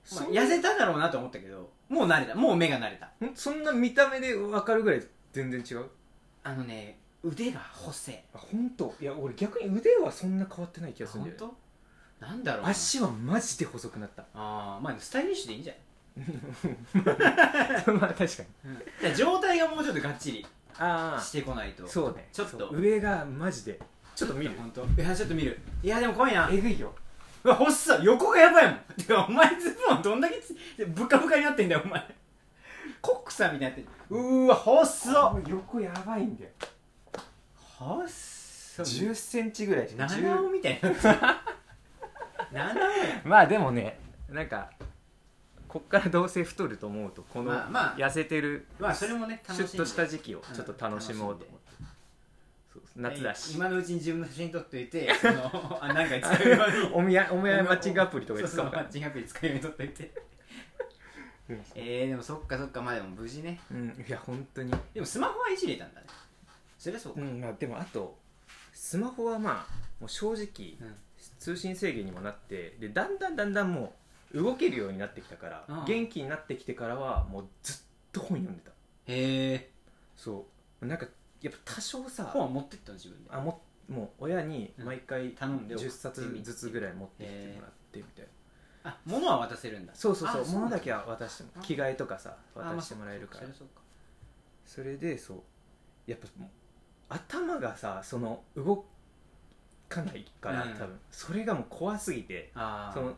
Speaker 1: そんな
Speaker 2: 痩せただろうなと思ったけどもう慣れたもう目が慣れた
Speaker 1: ほんそんな見た目で分かるぐらい全然違う
Speaker 2: あのね腕が細い
Speaker 1: あ本当いや俺逆に腕はそんな変わってない気がするんだ
Speaker 2: 本
Speaker 1: よね
Speaker 2: 当なんだろうな
Speaker 1: 足はマジで細くなった
Speaker 2: ああまあスタイリッシュでいいんじゃ
Speaker 1: まあ確かに
Speaker 2: ない、だから状態がもうちょっとがっちり
Speaker 1: あ
Speaker 2: してこないと
Speaker 1: そうね
Speaker 2: ちょっと
Speaker 1: そう上がマジでちょっと見る
Speaker 2: 本当いやちょっと見るいやでも怖いな
Speaker 1: えぐいよ
Speaker 2: うわ細い横がやばいもんてかお前ズボンどんだけつぶかぶかになってんだよお前コックさんみたいになってるうーわ細っ
Speaker 1: ここ横やばいんだよ
Speaker 2: 細っ
Speaker 1: 1 0ンチぐらい
Speaker 2: 七
Speaker 1: 10
Speaker 2: 尾みたい な七
Speaker 1: まあでもねなんかこっからどうせ太ると思うとこの
Speaker 2: まあまあ
Speaker 1: 痩せてる
Speaker 2: 尾まあそれもね楽し
Speaker 1: シュッ
Speaker 2: んで
Speaker 1: とした時期をちょっと楽しもうと思って、そう夏だし
Speaker 2: 今のうちに自分の写真撮っといてそのあなんかに使うよう に
Speaker 1: お見合いお見合いマッチングアプリとか言
Speaker 2: そう
Speaker 1: って
Speaker 2: そ
Speaker 1: た
Speaker 2: う
Speaker 1: の
Speaker 2: マ
Speaker 1: か
Speaker 2: ッチングアプリ使うように撮っといてえー、でもそっかそっかまあでも無事ね
Speaker 1: うんいや本当に
Speaker 2: でもスマホはいじれたんだねそりゃそう
Speaker 1: う
Speaker 2: か
Speaker 1: んまあでもあとスマホはまあもう正直
Speaker 2: うん
Speaker 1: 通信制限にもなってでだんだんだんだんもう動けるようになってきたから、
Speaker 2: うん
Speaker 1: 元気になってきてからはもうずっと本読んでた
Speaker 2: へえ
Speaker 1: そうなんかやっぱ多少さ
Speaker 2: 本は持ってったの自分で
Speaker 1: あももう親に毎回
Speaker 2: 頼んで
Speaker 1: 10冊ずつぐらい持ってきてもらってみたいな、
Speaker 2: あ物は渡せるんだ
Speaker 1: そうそう
Speaker 2: あ
Speaker 1: そう
Speaker 2: なん
Speaker 1: 物だけは渡しても
Speaker 2: あ
Speaker 1: 着替えとかさ
Speaker 2: あま
Speaker 1: 渡
Speaker 2: あ
Speaker 1: してもらえるから
Speaker 2: そっそっか
Speaker 1: それでそうやっぱもう頭がさその動かないから、
Speaker 2: うん
Speaker 1: 多分それがもう怖すぎて
Speaker 2: ああ
Speaker 1: その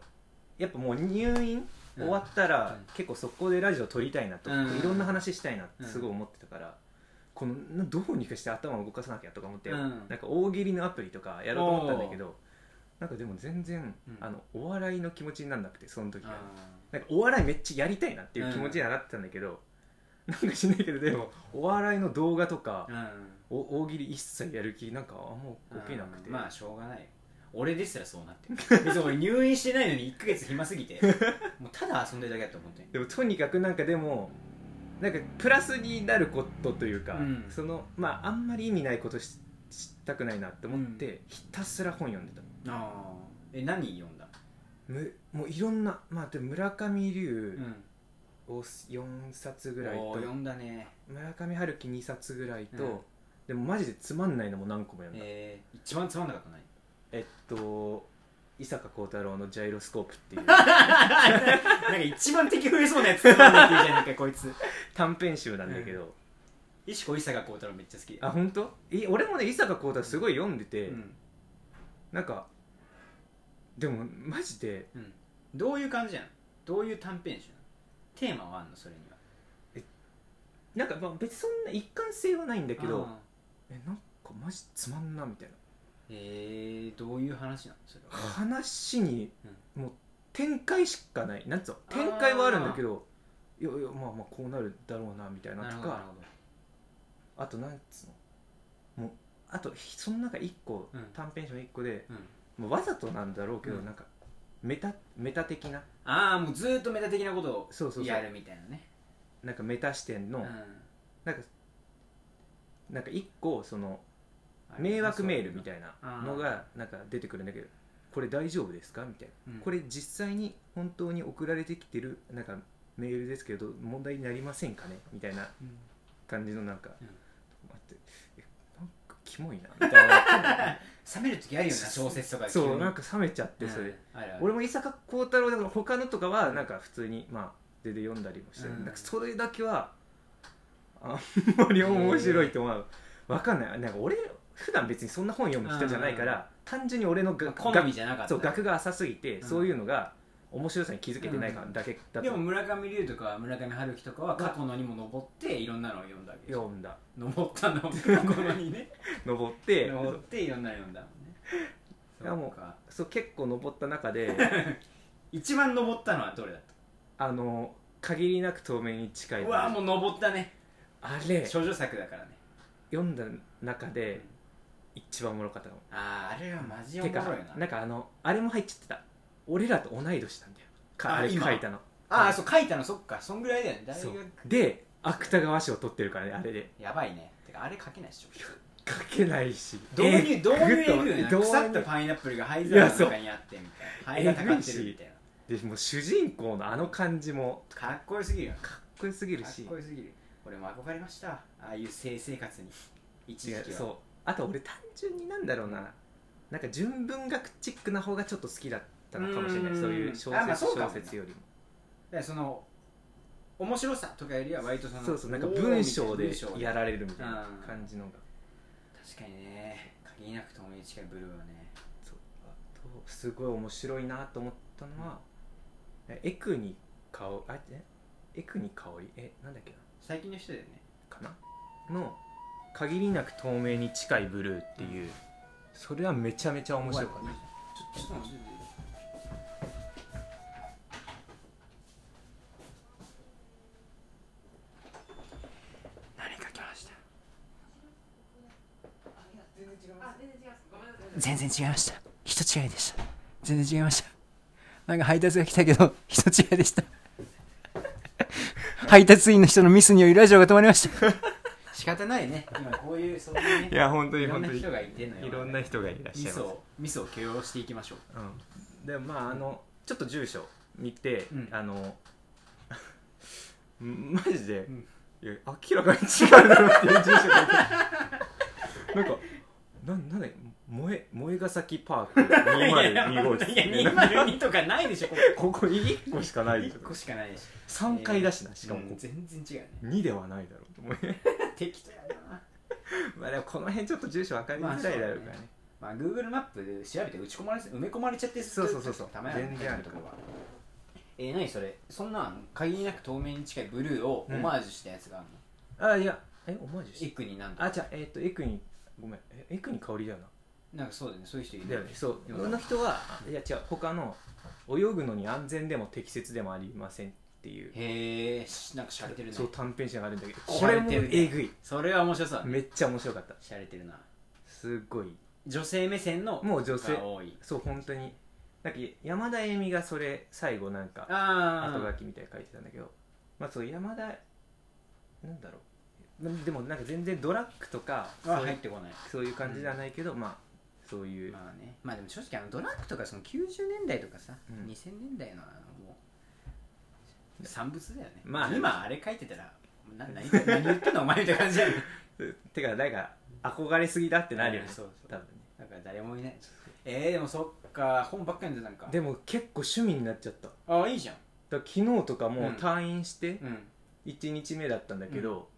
Speaker 1: やっぱもう入院終わったら、
Speaker 2: うん
Speaker 1: 結構速攻でラジオ撮りたいなとか、
Speaker 2: うん
Speaker 1: いろんな話したいなってすごい思ってたから、このなどうにかして頭を動かさなきゃとか思って、
Speaker 2: うん
Speaker 1: なんか大喜利のアプリとかやろうと思ったんだけどなんかでも全然、
Speaker 2: うん
Speaker 1: あのお笑いの気持ちにならなくてその時は
Speaker 2: あ
Speaker 1: なんかお笑いめっちゃやりたいなっていう気持ちにはなってたんだけど、なんかしないけどでもお笑いの動画とか
Speaker 2: ーうん
Speaker 1: お大喜利一切やる気なんかあんま起きなくて、
Speaker 2: うんまあしょうがないよ俺ですらそうなってる別に俺入院してないのに1ヶ月暇す ぎてもうただ遊んでるだけだと思って
Speaker 1: でもとにかくなんかでもなんかプラスになることというか、
Speaker 2: うん
Speaker 1: そのまああんまり意味ないことししたくないなって思って、ひたすら本読んでた
Speaker 2: ああえ何読んだ
Speaker 1: むもういろんなまあでも村上龍
Speaker 2: ん
Speaker 1: を4冊ぐ
Speaker 2: ぐ
Speaker 1: らいと、
Speaker 2: 読んだね
Speaker 1: 村上春樹2冊ぐらいと、
Speaker 2: うん
Speaker 1: でもマジでつまんないのも何個も読んだ、
Speaker 2: えー、一番つまんなか ったな
Speaker 1: えっと伊坂幸太郎の「ジャイロスコープ」っていう
Speaker 2: なんか一番敵増えそうなやつつまんないって言うじゃないかこいつ
Speaker 1: 短編集なんだけど、
Speaker 2: 石子伊坂幸太郎めっちゃ好き
Speaker 1: あ本当？え俺もね伊坂幸太郎すごい読んで
Speaker 2: う
Speaker 1: て、
Speaker 2: ん、
Speaker 1: なんかでもマジで
Speaker 2: うん、どういう感じなのどういう短編集なのテーマはあんのそれには
Speaker 1: なんかまあ別にそんな一貫性はないんだけど
Speaker 2: あー
Speaker 1: えなんかマジつまんなみたいな
Speaker 2: えー、どういう話なのそれは
Speaker 1: 話にもう展開しかないなんつうの展開はあるんだけどいやいやまあまあこうなるだろうなみたいな
Speaker 2: なる
Speaker 1: と
Speaker 2: ほどなる
Speaker 1: かあとなんつうのもうあとひその中一個、
Speaker 2: うん
Speaker 1: 短編集の一個で
Speaker 2: ほど、うん、
Speaker 1: もうわざとなんだろうけど、
Speaker 2: うん
Speaker 1: なんかメタメタ的な
Speaker 2: ああもうずーっとメタ的なこと
Speaker 1: そうそ
Speaker 2: を
Speaker 1: うそう
Speaker 2: やるみたいなね
Speaker 1: なんかメタ視点の、なんか一個その迷惑メールみ
Speaker 2: い
Speaker 1: たいなのがなんか出てくるんだけどこれ大丈夫ですかみたいな、
Speaker 2: な、うん
Speaker 1: これ実際に本当に送られてきてるなんかメールですけど問題になりませんかねみたいな
Speaker 2: うん
Speaker 1: 感じのなんか、
Speaker 2: うん
Speaker 1: 待ってえなんかキモいな みたいな
Speaker 2: 冷める時あるよな小説とかで急に
Speaker 1: そうなんか冷めちゃってそれ、
Speaker 2: うんあるある
Speaker 1: 俺も伊坂幸太郎だから他のとかはなんか普通にまあ全然読んだりもしてる、
Speaker 2: うん
Speaker 1: なんかそれだけはあんまり面白いと思うわかんないなんか俺普段別にそんな本読む人じゃないから、単純に俺のが
Speaker 2: 好みじゃなか
Speaker 1: が
Speaker 2: った
Speaker 1: そう額が浅すぎて、
Speaker 2: うん
Speaker 1: そういうのが面白さに気づけてないから
Speaker 2: うん
Speaker 1: だけだと
Speaker 2: でも村上龍とか村上春樹とかは過去のにも登っていろんなのを読んだわけでしょ
Speaker 1: 読んだ
Speaker 2: 登ったの過去のにね
Speaker 1: 登って
Speaker 2: 登っていろんなの読んだもんね
Speaker 1: いやもう
Speaker 2: そっか
Speaker 1: そう結構登った中で
Speaker 2: 一番登ったのはどれだっ
Speaker 1: あの限りなく透明に近
Speaker 2: た
Speaker 1: いう
Speaker 2: わも
Speaker 1: う
Speaker 2: う登ったね
Speaker 1: あれ
Speaker 2: 少女作だからね
Speaker 1: 読んだ中で一番おもろかったかも
Speaker 2: あああれはマジお
Speaker 1: て
Speaker 2: もろ
Speaker 1: か
Speaker 2: いな
Speaker 1: なんかあのあれも入っちゃってた俺らと同い年なんだよか
Speaker 2: あ
Speaker 1: あれ
Speaker 2: 今
Speaker 1: 書いたの
Speaker 2: ああそう書いたのそっかそんぐらいだよね大
Speaker 1: そう
Speaker 2: 学
Speaker 1: で芥川賞取ってるからねあれで
Speaker 2: やばいねてかあれ書けないでしょ
Speaker 1: 書けないし
Speaker 2: どういうどういうレビューなの腐
Speaker 1: 腐
Speaker 2: っ
Speaker 1: ったた
Speaker 2: パイナップルが灰皿の中にあってみたい
Speaker 1: い
Speaker 2: な
Speaker 1: や
Speaker 2: 灰がたかってるみたいな
Speaker 1: でもう主人公のあの感じも
Speaker 2: かっこよすぎるよなか
Speaker 1: かっこよすぎる
Speaker 2: っ
Speaker 1: し
Speaker 2: こよすぎる俺も憧れましたああいう性生活に一
Speaker 1: 違
Speaker 2: 時
Speaker 1: う
Speaker 2: 期は
Speaker 1: そうあと俺単純になんだろうななんか純文学チックな方がちょっと好きだったのかもしれな
Speaker 2: う
Speaker 1: い
Speaker 2: ん
Speaker 1: そういう小
Speaker 2: あまあ
Speaker 1: 説
Speaker 2: そうかも
Speaker 1: 小
Speaker 2: ね
Speaker 1: 説よりも
Speaker 2: だからその面白さとかよりは割とその
Speaker 1: そうそうなんか
Speaker 2: おー
Speaker 1: 文章
Speaker 2: み
Speaker 1: で
Speaker 2: たいな文章
Speaker 1: やられるみたいな感じのが
Speaker 2: 確かにね限りなく友に近いブルーはね
Speaker 1: そうあとすごい面白いなと思ったのは、エクニカオあえエクニカオリえなんだっけ
Speaker 2: 最近の人だよね
Speaker 1: なかなの「限りなく透明に近いブルー」っていう、それはめちゃめちゃ面白かった、
Speaker 2: ちょちょっと待って何か来ました全然違いました人違いでした全然違いましたなんか配達が来たけど人違いでした配達員の人のミスによりラジオが止まりました仕方ないね今こういうそういうね
Speaker 1: いや本当に
Speaker 2: いろ
Speaker 1: 本
Speaker 2: ん
Speaker 1: 当
Speaker 2: な
Speaker 1: に
Speaker 2: 人がいてんのよ
Speaker 1: いろんな人がいらっし
Speaker 2: 味
Speaker 1: ゃいます
Speaker 2: 噌を味噌を許容していきましょ
Speaker 1: うん、
Speaker 2: う
Speaker 1: でまああのちょっと住所見て、
Speaker 2: うん
Speaker 1: あの マジで、
Speaker 2: ん
Speaker 1: いや明らかに違うだろっていう住所が出てなんかなんなんだ萌え萌えヶ崎パーク202号室
Speaker 2: いや202とか ないでしょこ
Speaker 1: ここに1個しかないでし
Speaker 2: 1
Speaker 1: ょ
Speaker 2: 個しかないでし
Speaker 1: 3階だしなしか
Speaker 2: ょ
Speaker 1: もこ
Speaker 2: 全然違うね
Speaker 1: こ2ではないだろうと思う
Speaker 2: 適当やな
Speaker 1: まあでもこの辺ちょっと住所分かりづらいだろうからね,、
Speaker 2: まあ Google マップで調べて打ち込まれ埋め込まれちゃって
Speaker 1: そうそうそうそう
Speaker 2: たまや
Speaker 1: 全然ある
Speaker 2: とこはえー、何それそんな限りなく透明に近いブルーをオ
Speaker 1: うん
Speaker 2: マージュしたやつがあるの、
Speaker 1: あいやえオマージュし
Speaker 2: 一句になんだ
Speaker 1: あじゃあえっ、とエクにごめんえエクに香りだよな
Speaker 2: なんかそうだよねそういう人いる
Speaker 1: だよねそう
Speaker 2: うん
Speaker 1: その人はあいや違う他の泳ぐのに安全でも適切でもありませんっていう
Speaker 2: へえなんかしゃれてるね
Speaker 1: そう短編集があるんだけど
Speaker 2: し
Speaker 1: こ
Speaker 2: ゃ
Speaker 1: れ
Speaker 2: れ
Speaker 1: も
Speaker 2: てるね
Speaker 1: えぐい
Speaker 2: それは面白そうだね
Speaker 1: めっちゃ面白かった
Speaker 2: しゃれてるな
Speaker 1: すっごい
Speaker 2: 女性目線の
Speaker 1: もう女性
Speaker 2: が多い
Speaker 1: そう本当になんか山田恵美がそれ最後なんか
Speaker 2: あ
Speaker 1: 後書
Speaker 2: あ
Speaker 1: きみたいに書いてたんだけどまあそう山田なんだろうなでもなんか全然ドラッグとかそうい
Speaker 2: は入
Speaker 1: う
Speaker 2: ってこない
Speaker 1: そういう感じじゃないけど、まあそういう、
Speaker 2: まあねまあでも正直あのドラッグとかその90年代とかさ、
Speaker 1: うん
Speaker 2: 2000年代のあのもう産物だよね
Speaker 1: まあね
Speaker 2: 今あれ書いてたらな何何言ってんのお前みたいな感じだよね
Speaker 1: てかなんか憧れすぎだってなるよ ね、
Speaker 2: そうそ
Speaker 1: 多
Speaker 2: う
Speaker 1: 分ね
Speaker 2: だから誰もいないえー、でもそっか本ばっかり読んでたんか
Speaker 1: でも結構趣味になっちゃっただか
Speaker 2: ああいいじゃん
Speaker 1: ら昨日とか
Speaker 2: う
Speaker 1: も
Speaker 2: ん
Speaker 1: 退院して
Speaker 2: う
Speaker 1: 1日目だったんだけど、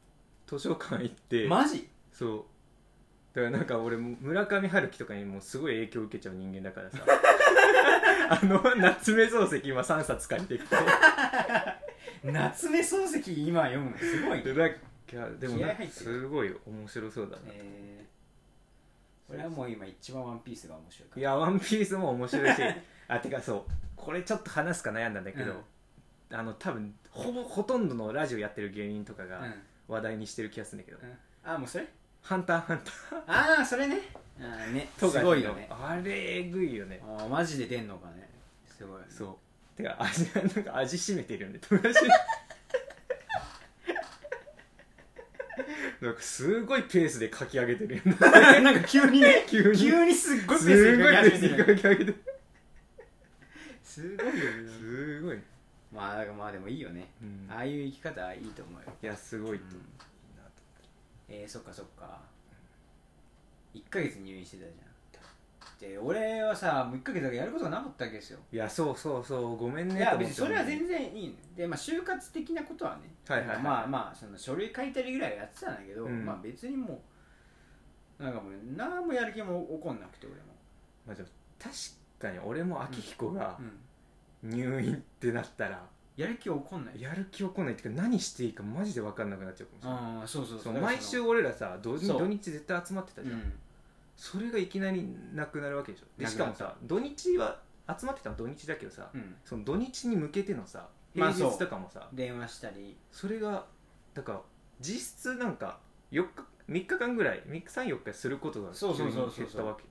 Speaker 1: 図書館行って、
Speaker 2: んマジ
Speaker 1: そうだからなんか俺も村上春樹とかにもすごい影響を受けちゃう人間だから さあの夏目漱石今3冊借りてきて
Speaker 2: 夏目漱石今読むのすごいね
Speaker 1: でなんかでも
Speaker 2: 気合
Speaker 1: な
Speaker 2: 入
Speaker 1: ん
Speaker 2: って
Speaker 1: か
Speaker 2: る
Speaker 1: すごい面白そうだな、
Speaker 2: えー、俺はもう今一番ワンピースが面白いから
Speaker 1: いや「ワンピースも面白い しあてかそうこれちょっと話すか悩んだんだけど、あの多分ほぼほとんどのラジオやってる芸人とか
Speaker 2: うん、
Speaker 1: が話題にしてる気がするんだけど「
Speaker 2: うん、ああもうそれ
Speaker 1: ハンターハンター
Speaker 2: ああそれねあーね」
Speaker 1: とか
Speaker 2: すごいよね
Speaker 1: あれえぐいよね
Speaker 2: あーマジで出んのかねすごい
Speaker 1: そうてか味なんか味しめてるよね友達なんかすごいペースで書き上げてるよね
Speaker 2: なんか急にね
Speaker 1: 急に
Speaker 2: 急にすっごいペ
Speaker 1: す
Speaker 2: ース
Speaker 1: ご
Speaker 2: で
Speaker 1: いペ
Speaker 2: 書
Speaker 1: ー
Speaker 2: き始
Speaker 1: ス
Speaker 2: め
Speaker 1: で書
Speaker 2: てる
Speaker 1: き上げてる
Speaker 2: すごいよね
Speaker 1: すごい、
Speaker 2: まあだからまあでもいいよね
Speaker 1: うん
Speaker 2: ああいう生き方はいいと思うよ、
Speaker 1: いやすごいと
Speaker 2: う
Speaker 1: 思うん
Speaker 2: えー、そっかそっか1ヶ月入院してたじゃんで俺はさもう1ヶ月だけやることがなかったわけですよ
Speaker 1: いやそうそうそうごめんね
Speaker 2: いや
Speaker 1: と思
Speaker 2: 別
Speaker 1: っ
Speaker 2: に
Speaker 1: て
Speaker 2: それは全然いいので、まあ、就活的なことはね、
Speaker 1: はいはいはい
Speaker 2: まあまあその書類書いたりぐらいはやってたんだけど、
Speaker 1: うん
Speaker 2: まあ別にもうなんかもう何もやる気も起こんなくて俺も、
Speaker 1: まあ、でも確かに俺も明彦が
Speaker 2: うん
Speaker 1: 入院ってなったら、
Speaker 2: やる気起こんない
Speaker 1: やる気起こんないっていうか何していいかマジで分かんなくなっちゃうかもしれない
Speaker 2: ああそうそう
Speaker 1: そ
Speaker 2: そううだから
Speaker 1: 毎週俺らさ土日
Speaker 2: そう
Speaker 1: 土日絶対集まってた
Speaker 2: そ
Speaker 1: じゃん
Speaker 2: の、うん、
Speaker 1: それがいきなりなくなるわけでしょで
Speaker 2: なく
Speaker 1: し
Speaker 2: な
Speaker 1: か
Speaker 2: っ
Speaker 1: もさ土日は集まってたの土日だけどさ、
Speaker 2: うん、
Speaker 1: その土日に向けてのさ
Speaker 2: まあ
Speaker 1: 平日とかもさ、
Speaker 2: 電話したり
Speaker 1: それがだから実質なんか4日3日間ぐらい34日することが
Speaker 2: そうそうそうそう
Speaker 1: 急に減ったわけ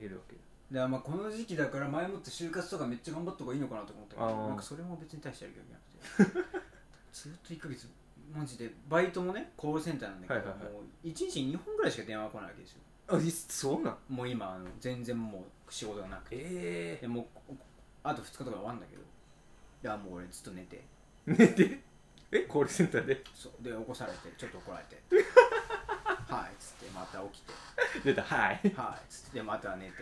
Speaker 1: 減るわけ
Speaker 2: でまあこの時期だから前もって就活とかめっちゃ頑張った方がいいのかなとか思ったけ
Speaker 1: あ
Speaker 2: ど
Speaker 1: ー
Speaker 2: なんかそれも別に大したやる気がなくて ずっと1ヶ月マジでバイトもねコールセンターなんだけど、
Speaker 1: はいはいはい
Speaker 2: もう1日に2本ぐらいしか電話来ないわけですよ
Speaker 1: あいそうなん
Speaker 2: もう今あの全然もう仕事がなくて
Speaker 1: え
Speaker 2: でもうあと2日とか終わんだけどいやもう俺ずっと寝て
Speaker 1: え寝てえコールセンターで
Speaker 2: そうで起こされてちょっと怒ら れてはいっつってまた起きて
Speaker 1: 出たはい
Speaker 2: はいつってまた寝て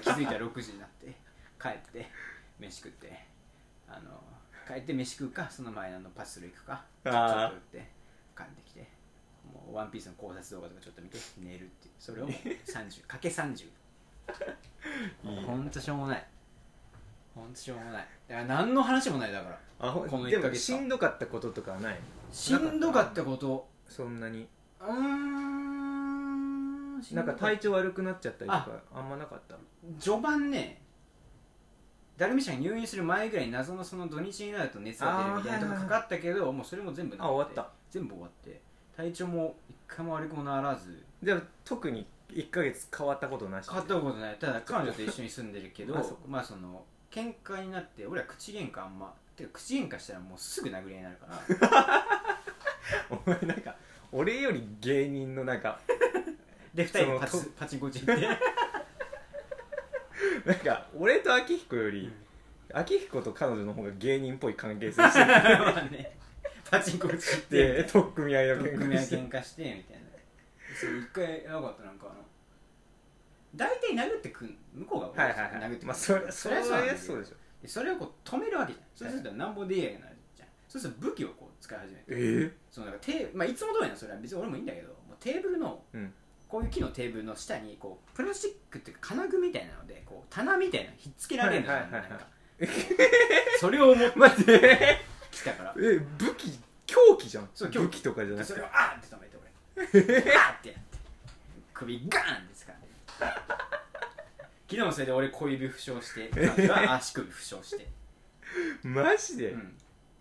Speaker 2: 気づいたら6時になって帰って飯食ってあの帰って飯食うかその前のあのパチスロ行くかちょっと
Speaker 1: あー
Speaker 2: 打って帰ってきてもうワンピースの考察動画とかちょっと見て寝るっていうそれをもう30 かけ30
Speaker 1: いいね
Speaker 2: ほんとしょうもないほんとしょうもないだから何の話もないだから
Speaker 1: あほ
Speaker 2: この
Speaker 1: で
Speaker 2: 一ヶ
Speaker 1: も
Speaker 2: 月
Speaker 1: しんどかったこととかはない
Speaker 2: しんどかったこと
Speaker 1: そんなに
Speaker 2: うーんし
Speaker 1: なん
Speaker 2: ど
Speaker 1: か
Speaker 2: った
Speaker 1: 体調悪くなっちゃったりとかあんまなかった
Speaker 2: 序盤ねダルミシャが入院する前ぐらいに謎のその土日になると熱が出るみたいなと
Speaker 1: あーはいはいは
Speaker 2: か
Speaker 1: い
Speaker 2: かかったけどもうそれも全部なくて
Speaker 1: あ終わった
Speaker 2: 全部終わって体調も一回も悪くもならず
Speaker 1: じゃあ特に1ヶ月変わったことなし
Speaker 2: 変わったことないただ彼女と一緒に住んでるけ ど
Speaker 1: あそう
Speaker 2: まあその喧嘩になって俺は口喧嘩あんまてか口喧嘩したらもうすぐ殴り合いになるから
Speaker 1: お前なんか俺より芸人のなんか
Speaker 2: で二人でパチ
Speaker 1: その
Speaker 2: パチンコ打 ち行って
Speaker 1: なんか俺と明彦より、明彦と彼女の方が芸人っぽい関係性してる っ
Speaker 2: まあねパチンコ打ち行って
Speaker 1: て取っ組み合いの
Speaker 2: 取っ
Speaker 1: 喧
Speaker 2: 組み
Speaker 1: 嘩
Speaker 2: 合い
Speaker 1: して
Speaker 2: 喧嘩してみたいなそう一回やばかったなんかあの大体殴ってくん向こうが
Speaker 1: はいはい
Speaker 2: 殴っ
Speaker 1: は
Speaker 2: て
Speaker 1: い
Speaker 2: くる
Speaker 1: まあそれそ
Speaker 2: そ
Speaker 1: れ
Speaker 2: れは
Speaker 1: は
Speaker 2: そうなんだけど
Speaker 1: そうでしょ
Speaker 2: でそれをこう止めるわけじゃんそうするとなんぼでやなるじゃんそうすると武器をこう使い始めて
Speaker 1: え
Speaker 2: そのなんかテー、まあ、いつも通りなのそれは別に俺もいいんだけどもうテーブルの
Speaker 1: うん
Speaker 2: こういう木のテーブルの下にこうプラスチックっていうか金具みたいなのでこう棚みたいなのひっつけられるのよ
Speaker 1: はいはいはいはい
Speaker 2: なんかそれを持って
Speaker 1: 待って
Speaker 2: きたから
Speaker 1: え武器凶器じゃん
Speaker 2: そう凶
Speaker 1: 武
Speaker 2: 器
Speaker 1: 器とかじゃなく
Speaker 2: でそ
Speaker 1: て
Speaker 2: れをあーって止めて 俺あーってやって首ガーンですから昨日もそれで俺小指負傷して 彼女は足首負傷して、
Speaker 1: マジで、
Speaker 2: うん、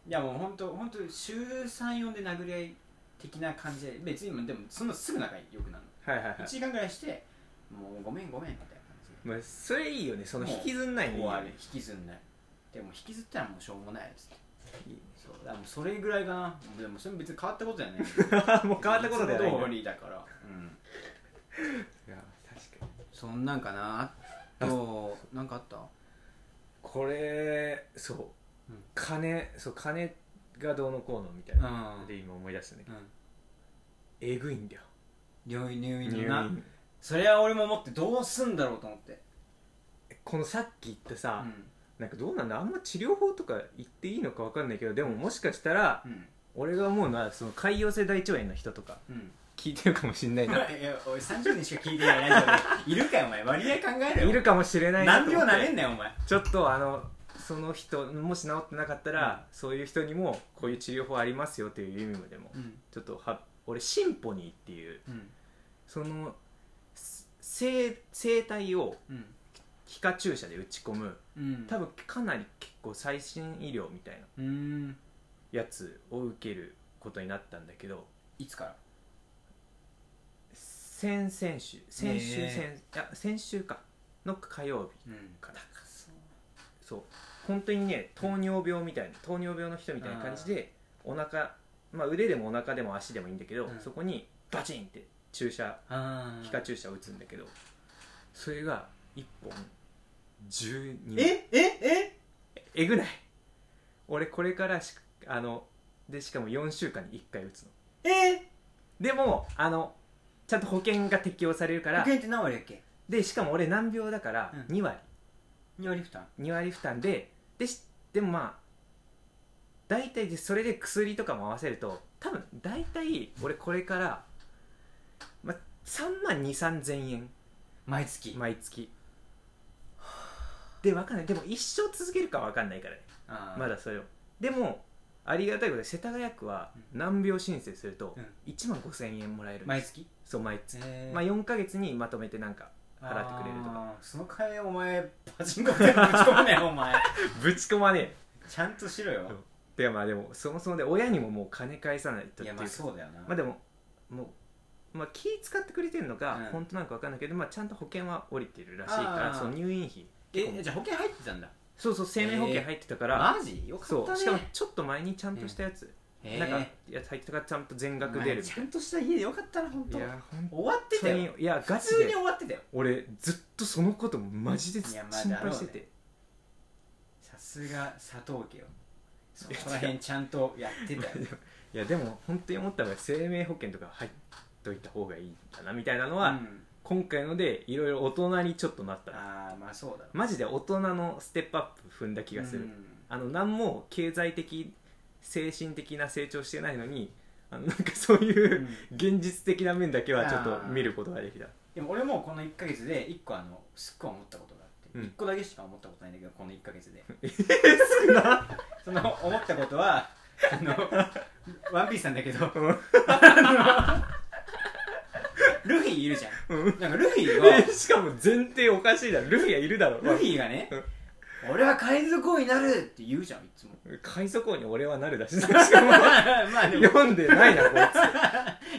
Speaker 2: いやもう本当本当週34で殴り合い的な感じで別にもうでもそんなすぐ仲良くなるの
Speaker 1: はいはいはい
Speaker 2: 1時間ぐらいしてもうごめんごめんみたいな感じで
Speaker 1: まあ、それいいよねその引きずんないのいい
Speaker 2: 終
Speaker 1: よ
Speaker 2: わ
Speaker 1: ね
Speaker 2: り引きずんないでも引きずったらもうしょうもないですそうだからもうそれぐらいかなでもそれ別に変わったことじゃない
Speaker 1: もう 変わったことではないな
Speaker 2: いつも通りだから、うん、
Speaker 1: いや確かに
Speaker 2: そんなんかなあとなんかあった
Speaker 1: これそう、
Speaker 2: うん
Speaker 1: 金そう金がどうのこうのみたいな、
Speaker 2: うん
Speaker 1: で今思い出したんだけど
Speaker 2: うん
Speaker 1: えぐいんだよ
Speaker 2: 入院入院
Speaker 1: 入
Speaker 2: のな
Speaker 1: 院
Speaker 2: それは俺も思ってどうすんだろうと思って
Speaker 1: このさっき言った
Speaker 2: う
Speaker 1: さ、
Speaker 2: ん
Speaker 1: なんかどうなんだあんま治療法とか言っていいのか分かんないけどでももしかしたら
Speaker 2: うん
Speaker 1: 俺が思うのはその潰瘍性大腸炎の人とか
Speaker 2: うん
Speaker 1: 聞いてるかもしんない
Speaker 2: い
Speaker 1: な
Speaker 2: やいや俺30人しか聞いてないラジオでいるかよお前割合考えろよ
Speaker 1: いるかもしれないなと
Speaker 2: 何
Speaker 1: 思
Speaker 2: 秒
Speaker 1: って
Speaker 2: なれんねんお前
Speaker 1: ちょっとあのその人もし治ってなかったら、そういう人にもこういう治療法ありますよという意味でも、
Speaker 2: うん
Speaker 1: ちょっとは俺シンポニーっていう
Speaker 2: うん
Speaker 1: そのす生生体を
Speaker 2: うん
Speaker 1: 皮下注射で打ち込む
Speaker 2: うん
Speaker 1: 多分かなり結構最新医療みたいな
Speaker 2: うーん
Speaker 1: やつを受けることになったんだけど
Speaker 2: いつから
Speaker 1: 先々週先週
Speaker 2: ねえ
Speaker 1: 先いや先週かの火曜日
Speaker 2: うん
Speaker 1: かな
Speaker 2: そう
Speaker 1: そう本当にね糖尿病みたいな糖尿病の人みたいな感じでお腹まあ腕でもお腹でも足でもいいんだけど、
Speaker 2: うん
Speaker 1: そこにバチンって注射
Speaker 2: あー
Speaker 1: 皮下注射を打つんだけどそれが1本12え
Speaker 2: えええ
Speaker 1: えぐない俺これからしあのでしかも4週間に1回打つの
Speaker 2: ええ
Speaker 1: でもあのちゃんと保険が適用されるから
Speaker 2: 保険って何割だっけ
Speaker 1: でしかも俺難病だから
Speaker 2: うん
Speaker 1: 2割、
Speaker 2: 2割負担
Speaker 1: 2割負担ででしでもまあ大体でそれで薬とかも合わせると多分大体俺これから、まあ、3万2 3千円
Speaker 2: 毎月
Speaker 1: 毎月で分かんないでも一生続けるか分かんないからね
Speaker 2: あー
Speaker 1: まだそれをでもありがたいことで世田谷区は
Speaker 2: うん
Speaker 1: 難病申請すると
Speaker 2: うん
Speaker 1: 1万5千円もらえる、
Speaker 2: 毎月
Speaker 1: そう毎月、
Speaker 2: えー
Speaker 1: まあ、4か月にまとめてなんか払ってくれるとか
Speaker 2: あーその金お前パチンコ店ぶち込む ねお前
Speaker 1: ぶち込まねえ
Speaker 2: ちゃんとしろよ
Speaker 1: でまあでもそもそもで親にももう金返さないとっ
Speaker 2: い
Speaker 1: てい
Speaker 2: や
Speaker 1: う
Speaker 2: まあそうだよな
Speaker 1: まあでももう、まあ、気使ってくれてるのか、
Speaker 2: うん
Speaker 1: 本当なんか分かんないけど、まあ、ちゃんと保険は降りてるらしいから
Speaker 2: あー
Speaker 1: その入院費
Speaker 2: えじゃあ保険入ってたんだ
Speaker 1: そうそう生命保険入ってたから、
Speaker 2: マジよかったね
Speaker 1: そうしかもちょっと前にちゃんとしたやつ、
Speaker 2: えー
Speaker 1: なんかやつ入ってたからちゃんと全額出
Speaker 2: お前
Speaker 1: るみ
Speaker 2: ち
Speaker 1: た
Speaker 2: ゃ
Speaker 1: い
Speaker 2: んとした家でよかったな本当
Speaker 1: な
Speaker 2: 終
Speaker 1: いや本
Speaker 2: わってた
Speaker 1: 当
Speaker 2: よ
Speaker 1: にいやガ
Speaker 2: 普
Speaker 1: チ
Speaker 2: 通に
Speaker 1: で
Speaker 2: 終わってたよ
Speaker 1: 俺ずっとそのことマジで
Speaker 2: いやまあ
Speaker 1: 心配してて、
Speaker 2: さすが佐藤家よそこら辺ちゃんとやってたよ
Speaker 1: いやでも本当に思ったのが生命保険とか入っといた方がいいんだなみたいなの
Speaker 2: う
Speaker 1: は、
Speaker 2: ん
Speaker 1: 今回のでいろいろ大人にちょっとなったな
Speaker 2: ああまあそうだろう
Speaker 1: マジで大人のステップアップ踏んだ気がする、
Speaker 2: うん
Speaker 1: あの何も経済的精神的な成長してないのにあのなんかそういううん現実的な面だけはちょっと見ることができた
Speaker 2: でも俺もこの1か月で1個あのすっごい思ったことがあって、
Speaker 1: うん
Speaker 2: 1個だけしか思ったことないんだけどこの1か 月で
Speaker 1: 少な
Speaker 2: その思ったことはあの「ワンピースなんだけど
Speaker 1: うん
Speaker 2: ルフィいるじゃん
Speaker 1: うん
Speaker 2: なんかルフィが
Speaker 1: えしかも前提おかしいだろルフィはいるだろ、ま
Speaker 2: ルフィがね「俺は海賊王になる!」って言うじゃんい つも
Speaker 1: あ海賊王に俺はな るだし
Speaker 2: まあでも
Speaker 1: 読んでないなこ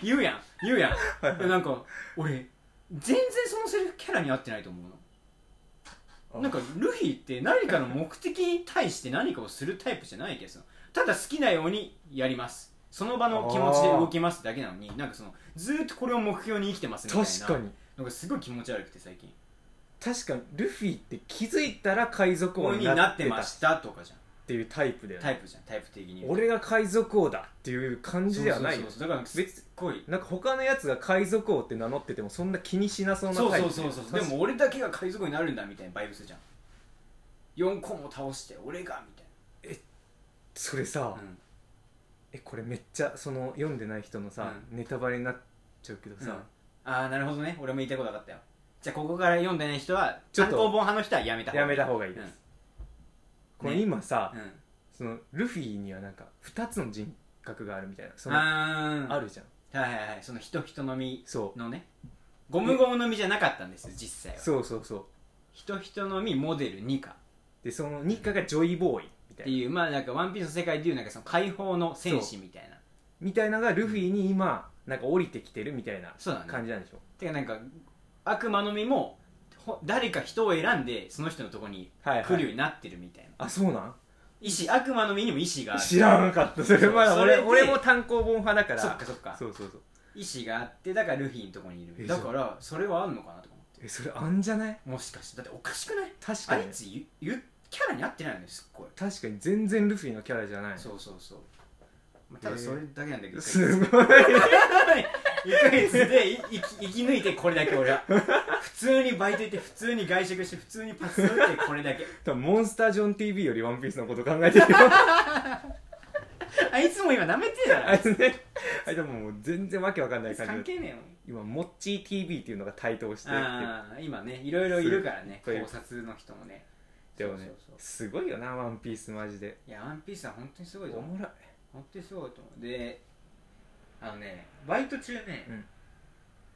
Speaker 1: い
Speaker 2: 言うやん言うやん
Speaker 1: はい
Speaker 2: でなんか俺全然そのセリフキャラに合ってないと思う
Speaker 1: あ
Speaker 2: のなんかルフィって何かの目的に対して何かをするタイプじゃない気がするのただ好きなようにやりますその場の気持ちで動きますだけなのになんかそのずーっとこれを目標に生きてますみたいな
Speaker 1: つ確かに
Speaker 2: なんかすごい気持ち悪くて最近
Speaker 1: 確かにルフィって気づいたら海賊
Speaker 2: こう
Speaker 1: 王
Speaker 2: いう
Speaker 1: に
Speaker 2: 風にな
Speaker 1: なっ
Speaker 2: って
Speaker 1: てた
Speaker 2: ま
Speaker 1: っ
Speaker 2: したとかじゃん
Speaker 1: ていうタイプだよね
Speaker 2: タイプじゃんタイプ的に言うと
Speaker 1: 俺が海賊王だっていう感じではないよ
Speaker 2: そうそうそうだからなんかすっごい
Speaker 1: なんか他のやつが海賊王って名乗っててもそんな気にしなそうな
Speaker 2: そう
Speaker 1: タイ
Speaker 2: そ
Speaker 1: プ
Speaker 2: うそうそうでも俺だけが海賊になるんだみたいなバイブスじゃん4個も倒して俺がみたい
Speaker 1: それさ、
Speaker 2: な、うん
Speaker 1: えこれめっちゃその読んでない人のさ、ネタバレになっちゃうけどさ、
Speaker 2: うん、ああなるほどね俺も言いたいこと分かったよじゃあここから読んでない人は
Speaker 1: ちょっ
Speaker 2: 単
Speaker 1: と
Speaker 2: 行本派の人はやめた方が
Speaker 1: や
Speaker 2: いい
Speaker 1: めた方がいいです、これ今さ、
Speaker 2: うん、うん
Speaker 1: そのルフィにはなんか2つの人格があるみたいなそのあ
Speaker 2: あー
Speaker 1: るじゃん
Speaker 2: はいはいはいその人人のみ
Speaker 1: そう
Speaker 2: のねゴムゴムの実じゃなかったんです実際は
Speaker 1: そうそうそう
Speaker 2: 人人のみモデル2か
Speaker 1: でその日課がジョイボーイみた
Speaker 2: って
Speaker 1: いな
Speaker 2: いうまあなんかワンピースの世界でいうなんかその解放の戦士みたいな
Speaker 1: みたいなのがルフィに今なんか降りてきてるみたいな
Speaker 2: そうだね
Speaker 1: 感じなんでしょ
Speaker 2: てかなんか悪魔の実もほ誰か人を選んでその人のとこに
Speaker 1: はいはい
Speaker 2: 来るようになってるみたいな、
Speaker 1: あそうなん
Speaker 2: 意志悪魔の実にも意志がある
Speaker 1: 知らんかったそれまだ
Speaker 2: そう
Speaker 1: 俺
Speaker 2: それで
Speaker 1: 俺も単行本派だから
Speaker 2: そっかそっか
Speaker 1: そうそうそう
Speaker 2: 意志があってだからルフィのとこにいる
Speaker 1: え
Speaker 2: だからそれはあるのかなとか思って
Speaker 1: えそれあんじゃない
Speaker 2: もしかしてだっておかしくない
Speaker 1: 確か
Speaker 2: あ
Speaker 1: に
Speaker 2: いつゆゆキャラに合ってないのよすっごい、
Speaker 1: 確かに全然ルフィのキャラじゃない
Speaker 2: そうそうそう、まあ、ただそれだけなんだけど、
Speaker 1: すごい
Speaker 2: 1ヶ月でい生き生き抜いてこれだけ俺は普通にバイト行って普通に外食して普通にパス打ってこれだけ
Speaker 1: 多分モンスタージョン TV よりワンピースのこと考えてるよ
Speaker 2: あいつも今なめて え
Speaker 1: あ
Speaker 2: だ
Speaker 1: いつねあいつもう全然わけわかんな
Speaker 2: ろあい
Speaker 1: い
Speaker 2: つ
Speaker 1: 感
Speaker 2: 関
Speaker 1: じで
Speaker 2: 係ねえよ
Speaker 1: 今モッチー TV っていうのが台頭してっ
Speaker 2: ああ今ねいろいろいるからね
Speaker 1: すっごい
Speaker 2: 考察の人もね
Speaker 1: てでもね
Speaker 2: そうそう
Speaker 1: すごいよなワンピースマジで
Speaker 2: そういやワンピースは本当にすご
Speaker 1: お
Speaker 2: いと思う
Speaker 1: もろい
Speaker 2: 本当にすごいと思うであのねバイト中ね、
Speaker 1: うん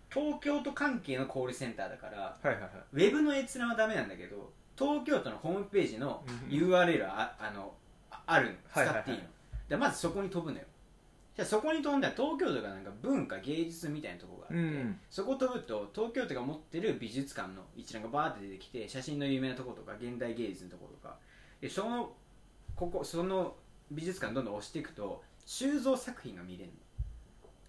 Speaker 2: 東京都関係のコールセンターだから
Speaker 1: はいはいはい
Speaker 2: ウェブの閲覧はダメなんだけど東京都のホームページの
Speaker 1: うん
Speaker 2: URL ああのああるの使
Speaker 1: はいはいはい
Speaker 2: っていいの、でまずそこに飛ぶのよじゃあそこに飛んだら東京都がなんか文化芸術みたいなとこがあって、
Speaker 1: うん
Speaker 2: そこ飛ぶと東京都が持ってる美術館の一覧がバーって出てきて写真の有名なとことか現代芸術のとことかでそのここその美術館どんどん押していくと収蔵作品が見れるの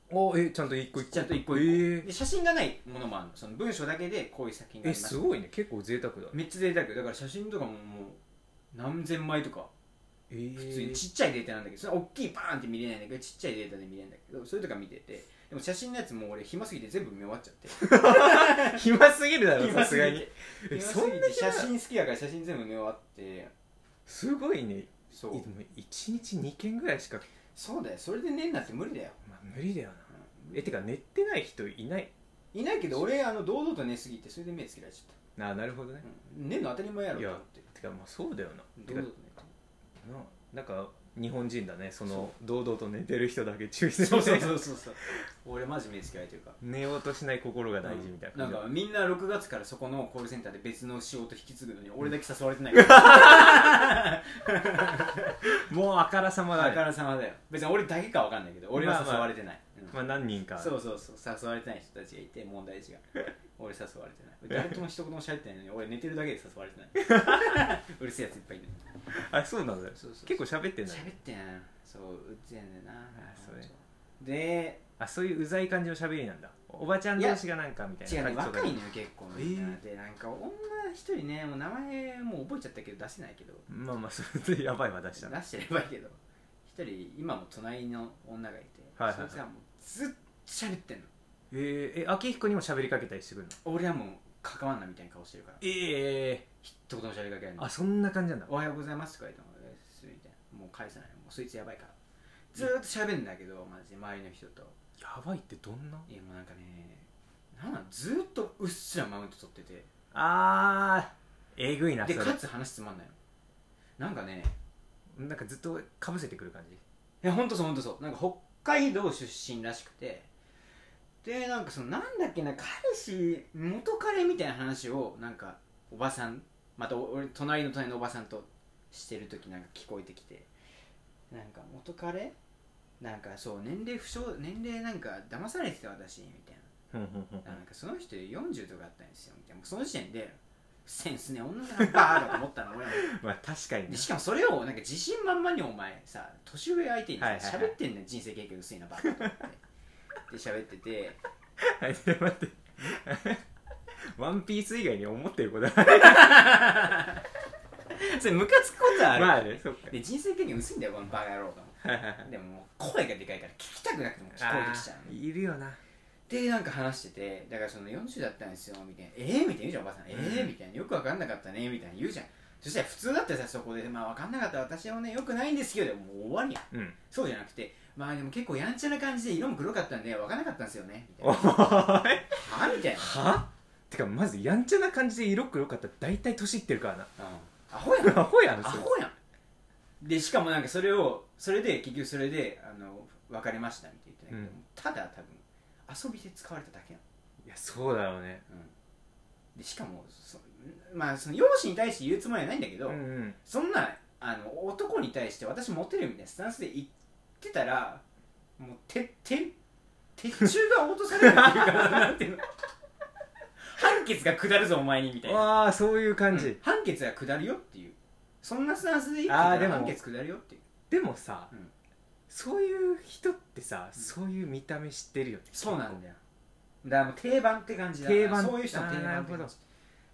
Speaker 1: おえちゃんと一個一個
Speaker 2: ちゃんと一個一個、
Speaker 1: え
Speaker 2: で写真がないものもあるのその文章だけでこういう作品があ
Speaker 1: え
Speaker 2: ります
Speaker 1: すごいね結構贅沢だ
Speaker 2: めっちゃ贅沢だから写真とかももう何千枚とか
Speaker 1: え
Speaker 2: 普通にちっちゃいデータなんだけどそれ大きいバーンって見れないんだけどちっちゃいデータで見れるんだけどそれとか見ててでも写真のやつもう俺暇すぎて全部見終わっちゃって
Speaker 1: 暇すぎるだろ
Speaker 2: 暇
Speaker 1: さ
Speaker 2: す
Speaker 1: す
Speaker 2: ぎ
Speaker 1: が
Speaker 2: て
Speaker 1: にえ
Speaker 2: 暇す
Speaker 1: そん
Speaker 2: ぎ
Speaker 1: な
Speaker 2: て
Speaker 1: に暇
Speaker 2: 写真好きだから写真全部見終わって
Speaker 1: すごいね
Speaker 2: そう
Speaker 1: えでも1日2件ぐらいしか、
Speaker 2: そうだよそれでねんなんて無理だよ、
Speaker 1: まあ、無理だよな
Speaker 2: うん
Speaker 1: えてか寝てない人いない
Speaker 2: いないけど俺あの堂々と寝すぎてそれで目つけられちゃっ
Speaker 1: ななるほどね
Speaker 2: た、うん、寝んの当たり前やろと思って
Speaker 1: てかまあそうだよなてか
Speaker 2: 堂々と
Speaker 1: ななんか日本人だねその堂々と寝てる人だけ注意す
Speaker 2: 寝
Speaker 1: る
Speaker 2: そうそうそうそうそう 俺マジ目つけられてるから
Speaker 1: 寝ようとしない心が大事みたいな
Speaker 2: うんなん
Speaker 1: 感じ
Speaker 2: かみんな6月からそこのコールセンターで別の仕事引き継ぐのに俺だけ誘われてないから
Speaker 1: もうあからさまだ
Speaker 2: あ
Speaker 1: ね
Speaker 2: からさまだよ別に俺だけかわかんないけど俺は
Speaker 1: まあまあ
Speaker 2: 誘われてない、うん
Speaker 1: まあ何人か
Speaker 2: そうそうそう誘われてない人たちがいて問題 児が俺誘われてない誰とも一言も喋ってないのに俺寝てるだけで誘われてない うるせえやついっぱいいる
Speaker 1: あそうなんだよ
Speaker 2: そうそうそう
Speaker 1: 結構喋ってない
Speaker 2: 喋ってないそううっぜえんだよな
Speaker 1: それ
Speaker 2: で
Speaker 1: あそういううざい感じの喋りなんだおばちゃん同士がなんかみたい
Speaker 2: 違う
Speaker 1: な
Speaker 2: ね
Speaker 1: 感じ
Speaker 2: 若いのよ結構みんな、
Speaker 1: え
Speaker 2: でなんか女一人ねもう名前もう覚えちゃったけど出せないけど
Speaker 1: まあまあそれでやばいわ出したな
Speaker 2: 出してればいいけど一人今も隣の女がいて、
Speaker 1: はいはいはい
Speaker 2: そいつはもうずっと喋ってんの
Speaker 1: えー、え明彦にも喋りかけたりしてくるの
Speaker 2: 俺はもう関わんなみたいな顔してるから
Speaker 1: ええ
Speaker 2: 一言も喋りかけないの
Speaker 1: あそんな感じなんだ
Speaker 2: おはようございますとか言ってもえーすみたいなもう返さないもうそいつやばいからずーっと喋るんだけどマジで周りの人と
Speaker 1: やばいってどんない
Speaker 2: やもうなんかねなんなんずーっとうっすらマウント取ってて
Speaker 1: あーえぐいなそ
Speaker 2: で
Speaker 1: れ
Speaker 2: かつ話つまんないのなんかね
Speaker 1: なんかずっとかぶせてくる感じ
Speaker 2: いやほんとそうほんとそうなんか北海道出身らしくてでなんかそのなんだっけな彼氏元彼みたいな話をなんかおばさんまたお俺隣の隣のおばさんとしてる時なんか聞こえてきてなんか元彼なんかそう年齢不詳年齢なんか騙されてた私みたい
Speaker 1: ふんふんふん
Speaker 2: ななんかその人40とかあったんですよみたいなもうその時点でセンスね女だなバーだと思ったの俺は
Speaker 1: まあ確かにね
Speaker 2: でしかもそれをなんか自信満々にお前さ年上相手にさ
Speaker 1: はいはいはい
Speaker 2: 喋ってんのよ人生経験薄いなバカと思ってで喋ってて
Speaker 1: はい 待ってワンピース以外に思ってることは
Speaker 2: それムカつくことはある、
Speaker 1: まあねそっか
Speaker 2: で人生経験薄いんだよこのバカ野郎が でももう声がでかいから聞きたくなくても聞こえてきちゃうの
Speaker 1: いるよな
Speaker 2: でなんか話しててだからその40だったんですよみたいなええみたいな言うじゃんおばさんええみたいなよく分かんなかったねみたいな言うじゃんそしたら普通だったらさそこで、まあ、分かんなかった私はねよくないんですよでももう終わりやん
Speaker 1: うん
Speaker 2: そうじゃなくてまあでも結構やんちゃな感じで色も黒かったんで分かんなかったんですよねみたい
Speaker 1: お
Speaker 2: ない
Speaker 1: は
Speaker 2: はみたいな、
Speaker 1: てかまずやんちゃな感じで色黒かったら大体年いってるからな
Speaker 2: アホやん
Speaker 1: アホやん
Speaker 2: ア
Speaker 1: それ
Speaker 2: ホやんでしかもなんかそれをそれで結局それであの別れましたみたいな言ってないけど、ただ多分遊びで使われただけなの
Speaker 1: いやそうだろうね
Speaker 2: でしかもそまあその容姿に対して言うつもりはないんだけど、
Speaker 1: うんうん
Speaker 2: そんなあの男に対して私モテるみたいなスタンスで言ってたらもう てて鉄柱が落とされるっていうかなんていうの犯決が下るぞお前にみたいな
Speaker 1: わあそういう感じ、
Speaker 2: うん判決が下るよっていうそんなスタンスで生きて
Speaker 1: あ
Speaker 2: た
Speaker 1: ーで
Speaker 2: ら
Speaker 1: も
Speaker 2: 判決下るよっていう
Speaker 1: でもさ、
Speaker 2: うん
Speaker 1: そういう人ってさ、そういう見た目知ってるよね
Speaker 2: そうなんだよだからもう定番って感じだ
Speaker 1: 定番
Speaker 2: そういう人の定
Speaker 1: あーなる
Speaker 2: 番って
Speaker 1: ほど
Speaker 2: 感じ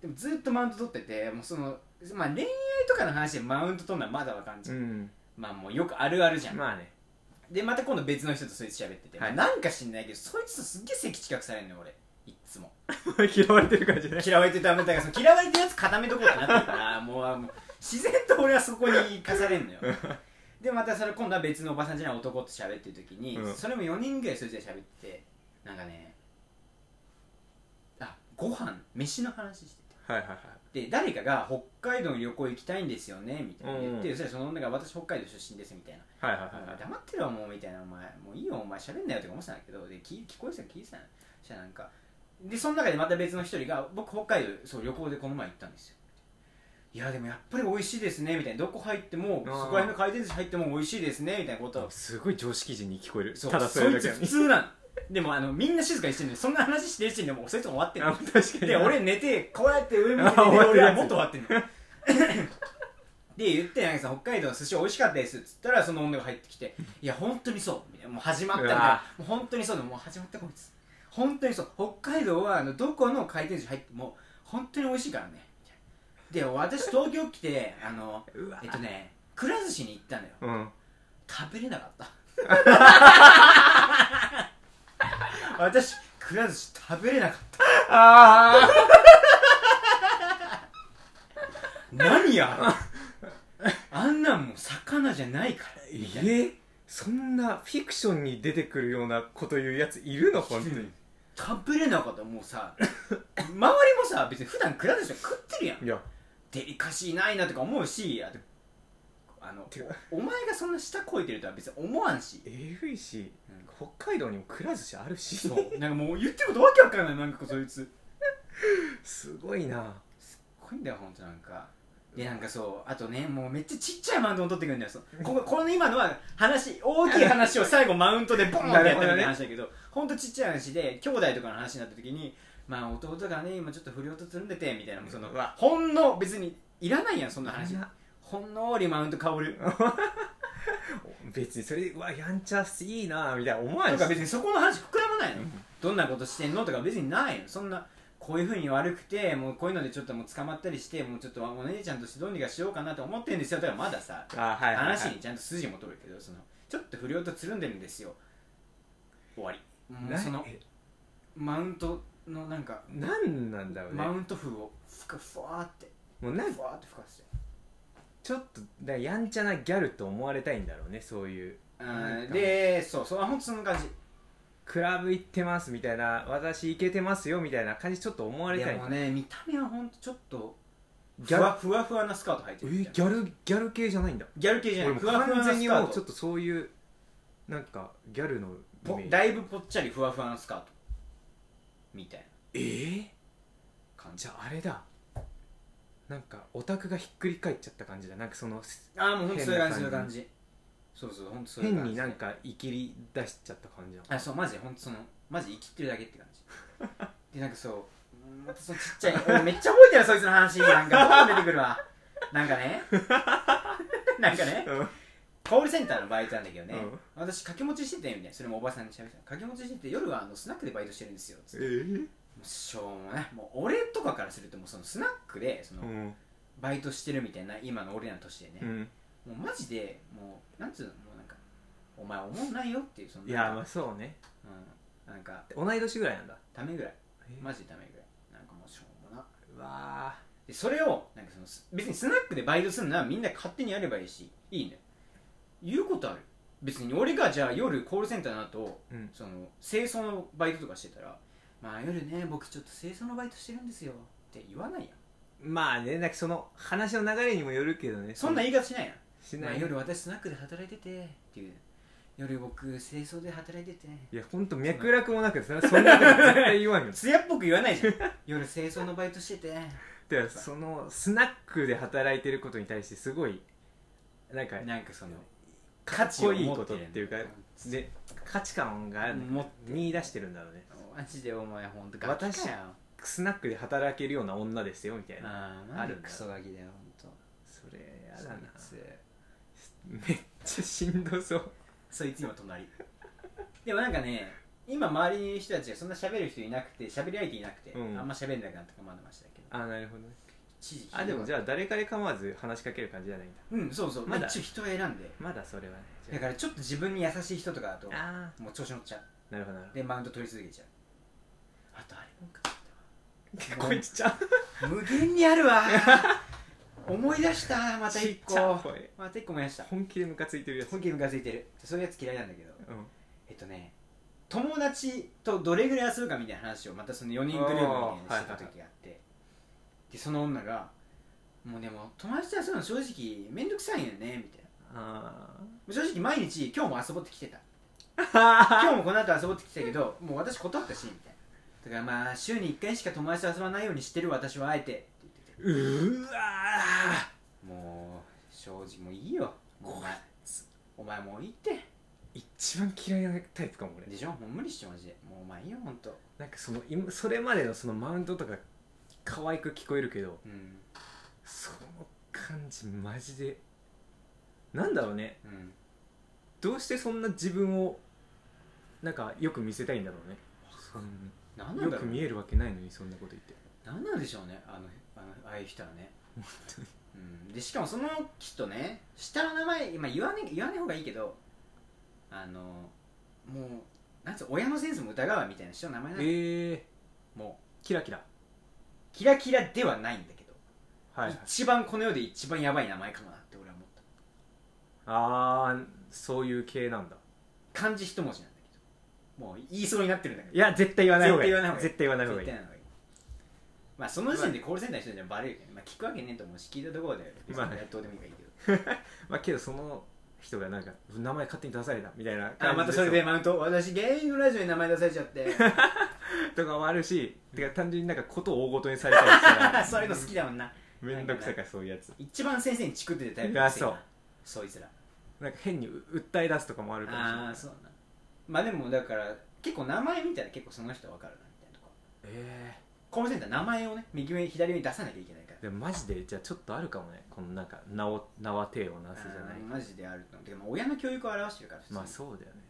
Speaker 2: でもずっとマウント取っててもうその、まあ、恋愛とかの話でマウント取るのはまだわかんじゃん、
Speaker 1: うん
Speaker 2: まあもうよくあるあるじゃん、
Speaker 1: まあね
Speaker 2: でまた今度別の人とそいつ喋ってて、
Speaker 1: はい
Speaker 2: まあなんか知んないけどそいつとすっげえ席近くされるのよ俺いっつも
Speaker 1: 嫌われてる感じね
Speaker 2: 嫌われてたみたいなその嫌われてるやつ固めとこうってなって るからもうあもう自然と俺はそこに行かされんのよでまたそれ今度は別のおばさんじゃない男と喋ってる時に、
Speaker 1: うん
Speaker 2: それも4人ぐらいそいつで喋っててなんかねあご飯飯の話してて
Speaker 1: はいはいはい
Speaker 2: で誰かが北海道に旅行行きたいんですよねみたいな言って、
Speaker 1: うん
Speaker 2: そしたらその女が私北海道出身ですみたいな
Speaker 1: はいはいはいはい
Speaker 2: 黙ってるわもうみたいなお前もういいよお前喋んなよとか思ってたんだけどで聞聞こえてたの聞いてたのそしたらなんかでその中でまた別の一人が僕北海道そう旅行でこの前行ったんですよいやでもやっぱり美味しいですねみたいなどこ入っても
Speaker 1: あ
Speaker 2: そ
Speaker 1: ー
Speaker 2: こら辺の回転寿司入っても美味しいですねみたいなことを
Speaker 1: すごい常識人に聞こえる
Speaker 2: そう
Speaker 1: ただそ
Speaker 2: そ
Speaker 1: れ
Speaker 2: い
Speaker 1: だけ
Speaker 2: つ
Speaker 1: なの
Speaker 2: 普
Speaker 1: に
Speaker 2: 通なのでもあのみんな静かにしてるんでそんな話してる時点でもうそいつも終わってる
Speaker 1: あ確かに
Speaker 2: で俺寝てこうやって上向いて
Speaker 1: あ終わ
Speaker 2: 寝て
Speaker 1: ってるや
Speaker 2: 俺は
Speaker 1: つ
Speaker 2: もっと終わってんので言ってなんかさ北海道の寿司美味しかったですっつったらその女が入ってきて「いや本当にそう」みたいなもう始まったんだ
Speaker 1: う
Speaker 2: よ
Speaker 1: わ
Speaker 2: もう本当にそうだもう始まったこいつ本当にそう北海道はあのどこの回転寿司入っても本当に美味しいからねみたいなで私東京来てあの
Speaker 1: うわ
Speaker 2: えっとねくら寿司に行ったのよ
Speaker 1: うん
Speaker 2: 食べれなかった 私くら寿司食べれなかった
Speaker 1: ああ
Speaker 2: 何やあんなんもう魚じゃないから
Speaker 1: え
Speaker 2: みたいな
Speaker 1: そんなフィクションに出てくるようなこと言うやついるの本当に
Speaker 2: 食べれなかったもうさ周りもさ別に普段くら寿司は食ってるやん
Speaker 1: いや
Speaker 2: デリカシーないなとか思うしあとあの
Speaker 1: てか
Speaker 2: お前がそんな舌こいてるとは別に思わんし
Speaker 1: えぐいし
Speaker 2: うん
Speaker 1: 北海道にもくら寿司あるし
Speaker 2: そうなんかもう言ってることわけわかんないなんかそいつ
Speaker 1: すごいな
Speaker 2: こいんだよほんとなんかでなんかそうあとねもうめっちゃちっちゃいマウントを取ってくるんだよそうこここの今のは話大きい話を最後マウントでボーンってやったみたいな話だけどほんとちっちゃい話で兄弟とかの話になった時にまあ弟がね今ちょっと不良とつるんでてみたいなもうその
Speaker 1: うわ
Speaker 2: ほんの別にいらないやんそんな話
Speaker 1: いや
Speaker 2: ほんのりマウント香る
Speaker 1: 別にそれうわやんちゃいいなみたいな思わ
Speaker 2: と
Speaker 1: ん
Speaker 2: か
Speaker 1: し
Speaker 2: 別にそこの話膨らまないの、
Speaker 1: うん
Speaker 2: どんなことしてんのとか別にないのそんなこういうふうに悪くてもうこういうのでちょっともう捕まったりしてもうちょっとお姉ちゃんとしてどうにかしようかなと思ってるんですよだからまださ
Speaker 1: あはいはいはい
Speaker 2: 話にちゃんと筋も通るけどそのちょっと不良とつるんでるんですよ終わりもう
Speaker 1: な
Speaker 2: そのマウントのなんか
Speaker 1: なんなんだろうね
Speaker 2: マウント風をふかふわーって
Speaker 1: もうなん
Speaker 2: ふ
Speaker 1: か
Speaker 2: わーってふかして
Speaker 1: ちょっとだやんちゃなギャルと思われたいんだろうねそういう
Speaker 2: うんでそうそう本当そんな感じ
Speaker 1: クラブ行ってますみたいな私行けてますよみたいな感じちょっと思われ
Speaker 2: で
Speaker 1: たい
Speaker 2: もね見た目は本当ちょっと
Speaker 1: ギ
Speaker 2: ふ
Speaker 1: ャ
Speaker 2: わ
Speaker 1: ル
Speaker 2: ふわふわなスカート履いて
Speaker 1: え
Speaker 2: るみたいな
Speaker 1: ギャルギャル系じゃないんだ
Speaker 2: ギャル系じゃ
Speaker 1: 俺
Speaker 2: ない
Speaker 1: も
Speaker 2: ふわふわ
Speaker 1: 完
Speaker 2: な
Speaker 1: 全
Speaker 2: ス
Speaker 1: にも
Speaker 2: カー
Speaker 1: う
Speaker 2: ト
Speaker 1: ちょっとそういうなんかギャルのイ
Speaker 2: ぽ
Speaker 1: メージ
Speaker 2: だいぶぽっちゃりふわふわのスカートみたいな
Speaker 1: えー、
Speaker 2: 感じ
Speaker 1: じゃああれだなんかオタクがひっくり返っちゃった感じだなんかその
Speaker 2: ああもうほんとそういう感じそう
Speaker 1: 変
Speaker 2: いう
Speaker 1: な
Speaker 2: 感
Speaker 1: 感
Speaker 2: じそうそうほんとそういう
Speaker 1: 変
Speaker 2: 感じ
Speaker 1: になんかいきり出しちゃった感じだ
Speaker 2: あそうマジでほんとそのマジ生きてるだけって感じ でなんかそううんまたそのちっち ゃい俺めっちゃ覚えてるそいつの話なんかどんどん出てくるわなん かねなんかね
Speaker 1: うん
Speaker 2: コールセンターのバイトなんだけどね、
Speaker 1: うん
Speaker 2: 私掛け持ちしててみたいなそれもおばさんに喋ってた掛け持ちしてて夜はあのスナックでバイトしてるんですよつって
Speaker 1: えー、
Speaker 2: もうしょうもないもう俺とかからするともうそのスナックでその、
Speaker 1: うん
Speaker 2: バイトしてるみたいな今の俺らの年で
Speaker 1: う
Speaker 2: ね、
Speaker 1: ん
Speaker 2: もうマジでもうなんつうのもうなんかお前思んないよっていうその
Speaker 1: いや
Speaker 2: な
Speaker 1: ま
Speaker 2: ん
Speaker 1: あ
Speaker 2: か、
Speaker 1: そうね
Speaker 2: うん、なんか
Speaker 1: 同い年ぐらいなんだ
Speaker 2: ダメぐらい
Speaker 1: え
Speaker 2: マジでダメぐらいなんかもうしょうもな
Speaker 1: うわ
Speaker 2: でそれをなんかそのす別にスナックでバイトするならみんな勝手にやればいいしいいね言うことある別に俺がじゃあ夜コールセンターの後
Speaker 1: ーうん
Speaker 2: その清掃のバイトとかしてたらまあ夜ね僕ちょっと清掃のバイトしてるんですよって言わないやん
Speaker 1: まあねなんかその話の流れにもよるけどね
Speaker 2: そんな
Speaker 1: の
Speaker 2: 言い方しないやん
Speaker 1: し
Speaker 2: ま
Speaker 1: な
Speaker 2: あ、
Speaker 1: い
Speaker 2: 夜私スナックで働いててっていう夜僕清掃で働いてて
Speaker 1: いやほんと脈絡もなくそんなそんなこと絶対言わ んよ
Speaker 2: 艶っぽく言わない じゃん夜清掃のバイトしてて
Speaker 1: でそのスナックで働いてることに対してすごいなんか
Speaker 2: なんかその
Speaker 1: か
Speaker 2: 価
Speaker 1: っ
Speaker 2: 値
Speaker 1: こ
Speaker 2: を
Speaker 1: いい
Speaker 2: 持
Speaker 1: こ
Speaker 2: って
Speaker 1: と
Speaker 2: る
Speaker 1: っていうかで価値観が
Speaker 2: 持ってる
Speaker 1: 見出してるんだろうね
Speaker 2: マジでお前ほんとガキ
Speaker 1: 私
Speaker 2: かよ
Speaker 1: スナックで働けるような女ですよみたいな
Speaker 2: あ
Speaker 1: あ
Speaker 2: ある
Speaker 1: るんだ
Speaker 2: クソガキだよ本
Speaker 1: それ
Speaker 2: 当
Speaker 1: やだな
Speaker 2: そい
Speaker 1: めっちゃしんどそう
Speaker 2: つそいつ今隣でもなんかね今周りにいる人たちがそんな喋る人いなくて喋り相手いなくて、
Speaker 1: うん
Speaker 2: あんま喋んなくなったかまだましたけど
Speaker 1: あなるほどね
Speaker 2: 一時期
Speaker 1: あでもじゃ
Speaker 2: ゃ
Speaker 1: あ誰かで構わず話しかける感じじゃないんだ
Speaker 2: うんそうそう
Speaker 1: ま
Speaker 2: ま
Speaker 1: だ
Speaker 2: だ一応人を選んで
Speaker 1: まだそれはね
Speaker 2: だからちょっと自分に優しい人とかだと
Speaker 1: あ
Speaker 2: もう調子乗っちゃう
Speaker 1: あなるほどなる
Speaker 2: でマウント取り続けちゃうあとあれもんか
Speaker 1: ほ どこいつちゃん
Speaker 2: 無限にあるわ思い出したまた一個
Speaker 1: ちっちゃい声
Speaker 2: また一個思い出した
Speaker 1: 本気でムカついてるやつう
Speaker 2: 本気でムカついてるそういうやつ嫌いなんだけど
Speaker 1: ん
Speaker 2: えっとね友達とどれぐらい遊ぶかみたいな話をまたその4人グループみたいにしてた時があって、でその女が「もうでも友達と遊ぶの正直めんどくさいよね」みたいな
Speaker 1: あ
Speaker 2: 正直毎日今日も遊ぼうって来てた
Speaker 1: あ
Speaker 2: 今日もこの後遊ぼうって来てたけどもう私断ったしみたいなだからまあ週に1回しか友達と遊ばないようにしてる私はあえてって言ってて
Speaker 1: うーわ
Speaker 2: もう正直もういいよもうお前お前もういいって
Speaker 1: ー一番嫌いなタイプかも俺
Speaker 2: でしょもう無理しちゃうマジでもうお前いいよほんと
Speaker 1: なんかその今それまでのそのマウントとか可愛く聞こえるけど
Speaker 2: うん
Speaker 1: その感じマジでなんだろうね
Speaker 2: うん
Speaker 1: どうしてそんな自分をなんかよく見せたいんだろうねそん
Speaker 2: 何なん
Speaker 1: よ
Speaker 2: だろ
Speaker 1: く
Speaker 2: う
Speaker 1: 見えるわけないのにそんなこと言って
Speaker 2: 何なんでしょうねあのあのああいう人はね
Speaker 1: 本
Speaker 2: うんでしかもその人ね下の名前今言わね言わない方がいいけどあのもうなんつう親のセンスも疑うみたいな人の名前なの、
Speaker 1: ええ
Speaker 2: も
Speaker 1: キラキラ
Speaker 2: うキラキラではないんだけど、
Speaker 1: はい、
Speaker 2: 一番この世で一番やばい名前かもなって俺は思った
Speaker 1: ああそういう系なんだ
Speaker 2: 漢字一文字なんだけどもう言いそうになってるんだけど
Speaker 1: いや絶対言わない方がいい
Speaker 2: 絶
Speaker 1: 絶対言わない方がいい
Speaker 2: 絶対なのがいいまあその時点でコールセンターの人にはバレるけど、まあ、聞くわけねえと思うし聞いたところで別
Speaker 1: まあ
Speaker 2: に
Speaker 1: ね
Speaker 2: どうでもいいからいいけど、
Speaker 1: まあけどその人がなんか名前勝手に出されたみたいな
Speaker 2: あまたそれで
Speaker 1: ま
Speaker 2: マウント私ゲイングラジオに名前出されちゃって
Speaker 1: とかもあるし、てか単純になんかことを大ごとにされたり したら
Speaker 2: そういうの好きだもんな
Speaker 1: めんどくさいからそういうやつ
Speaker 2: 一番先生にチクってるタイプ
Speaker 1: いや
Speaker 2: くせにな
Speaker 1: そう
Speaker 2: そいつら
Speaker 1: なんか変に訴え出すとかもあるかもしれ
Speaker 2: あ
Speaker 1: な
Speaker 2: あ
Speaker 1: い
Speaker 2: そうなまあでもだから結構名前見たら結構その人わかるなみたいなとこ
Speaker 1: え
Speaker 2: コールセンター名前をね右上左上に出さなきゃいけないから
Speaker 1: えでもマジでじゃあちょっとあるかもねこのなんか名を名は手をなすじゃない
Speaker 2: あーマジであると思うてかまあ親の教育を表してるから普通に
Speaker 1: まあそうだよね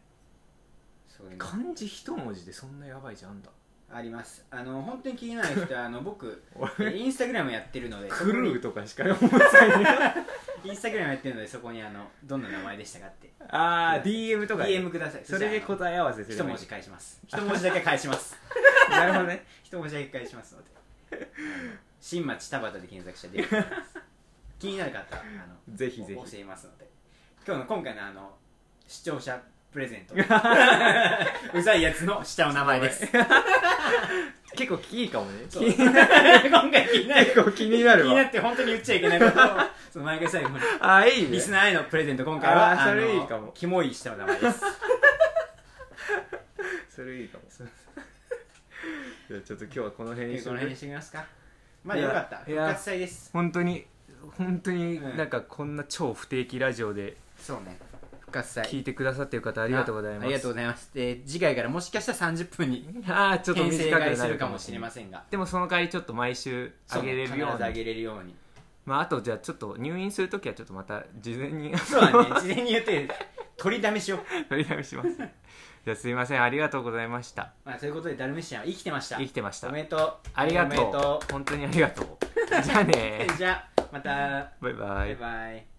Speaker 2: そういうの
Speaker 1: 漢字一文字でそんなやばいじゃんだ
Speaker 2: ありますあの本当に気になる人はあ の僕
Speaker 1: 俺
Speaker 2: インスタグラムやってるのでそこ
Speaker 1: ク
Speaker 2: に
Speaker 1: ルーとかしか思わ ないね
Speaker 2: インスタグラムやってるのでそこにあのどんな名前でしたかって
Speaker 1: ああ DM とかね
Speaker 2: DM ください
Speaker 1: それで
Speaker 2: したら
Speaker 1: 答え合わせする
Speaker 2: あの一文字返します 一文字だけ返します
Speaker 1: なるほどね
Speaker 2: 一文字だけ返しますのであの新町田畑で検索して出てきます 気になる方はあの
Speaker 1: ぜひぜ
Speaker 2: 教
Speaker 1: ひ
Speaker 2: えますので今日の今回のあの視聴者プレ ゼントうざいやつの下の名前です
Speaker 1: 結構いいかもね
Speaker 2: そう今回気になる
Speaker 1: 結構気にな
Speaker 2: 気
Speaker 1: る
Speaker 2: にな
Speaker 1: わ
Speaker 2: って本当に言っちゃいけないことをその毎回最後に
Speaker 1: ああいいね
Speaker 2: リスナーへのプレゼント今回は
Speaker 1: あー
Speaker 2: あ
Speaker 1: それ
Speaker 2: の
Speaker 1: いいかも
Speaker 2: キモい下の名 前です
Speaker 1: それいいかも じゃあちょっと今日はこの辺にし
Speaker 2: こ
Speaker 1: と
Speaker 2: の
Speaker 1: く
Speaker 2: 辺にしてみますかまあよかった
Speaker 1: い
Speaker 2: 復
Speaker 1: や
Speaker 2: 活祭です
Speaker 1: 本当に本当に
Speaker 2: うん
Speaker 1: なんかこんな超不定期ラジオで
Speaker 2: そうね復活祭
Speaker 1: 聞いてくださってる方ありがとうございます
Speaker 2: ありがとうございますで次回からもしかしたら30分に
Speaker 1: ああちょっと
Speaker 2: 編成
Speaker 1: 短
Speaker 2: が
Speaker 1: く
Speaker 2: す
Speaker 1: な
Speaker 2: る
Speaker 1: る
Speaker 2: かもしれま
Speaker 1: せん
Speaker 2: せんが
Speaker 1: でもその代わりちょっと毎週上げれるよ
Speaker 2: そう
Speaker 1: う
Speaker 2: ね必ず上
Speaker 1: に
Speaker 2: げれるように
Speaker 1: まああとじゃあちょっと入院するときはちょっとまた事前に
Speaker 2: そうだね事前に言って取りだめしよう、
Speaker 1: 取り直します じゃあすいませんありがとうございました
Speaker 2: まあ、ということでダルメシアンは生きてました
Speaker 1: 生きてました
Speaker 2: おめでとう
Speaker 1: ありがとう
Speaker 2: おめでと
Speaker 1: 本当にありがとうじゃあね
Speaker 2: うじゃあまた
Speaker 1: バイバイ
Speaker 2: バイバイ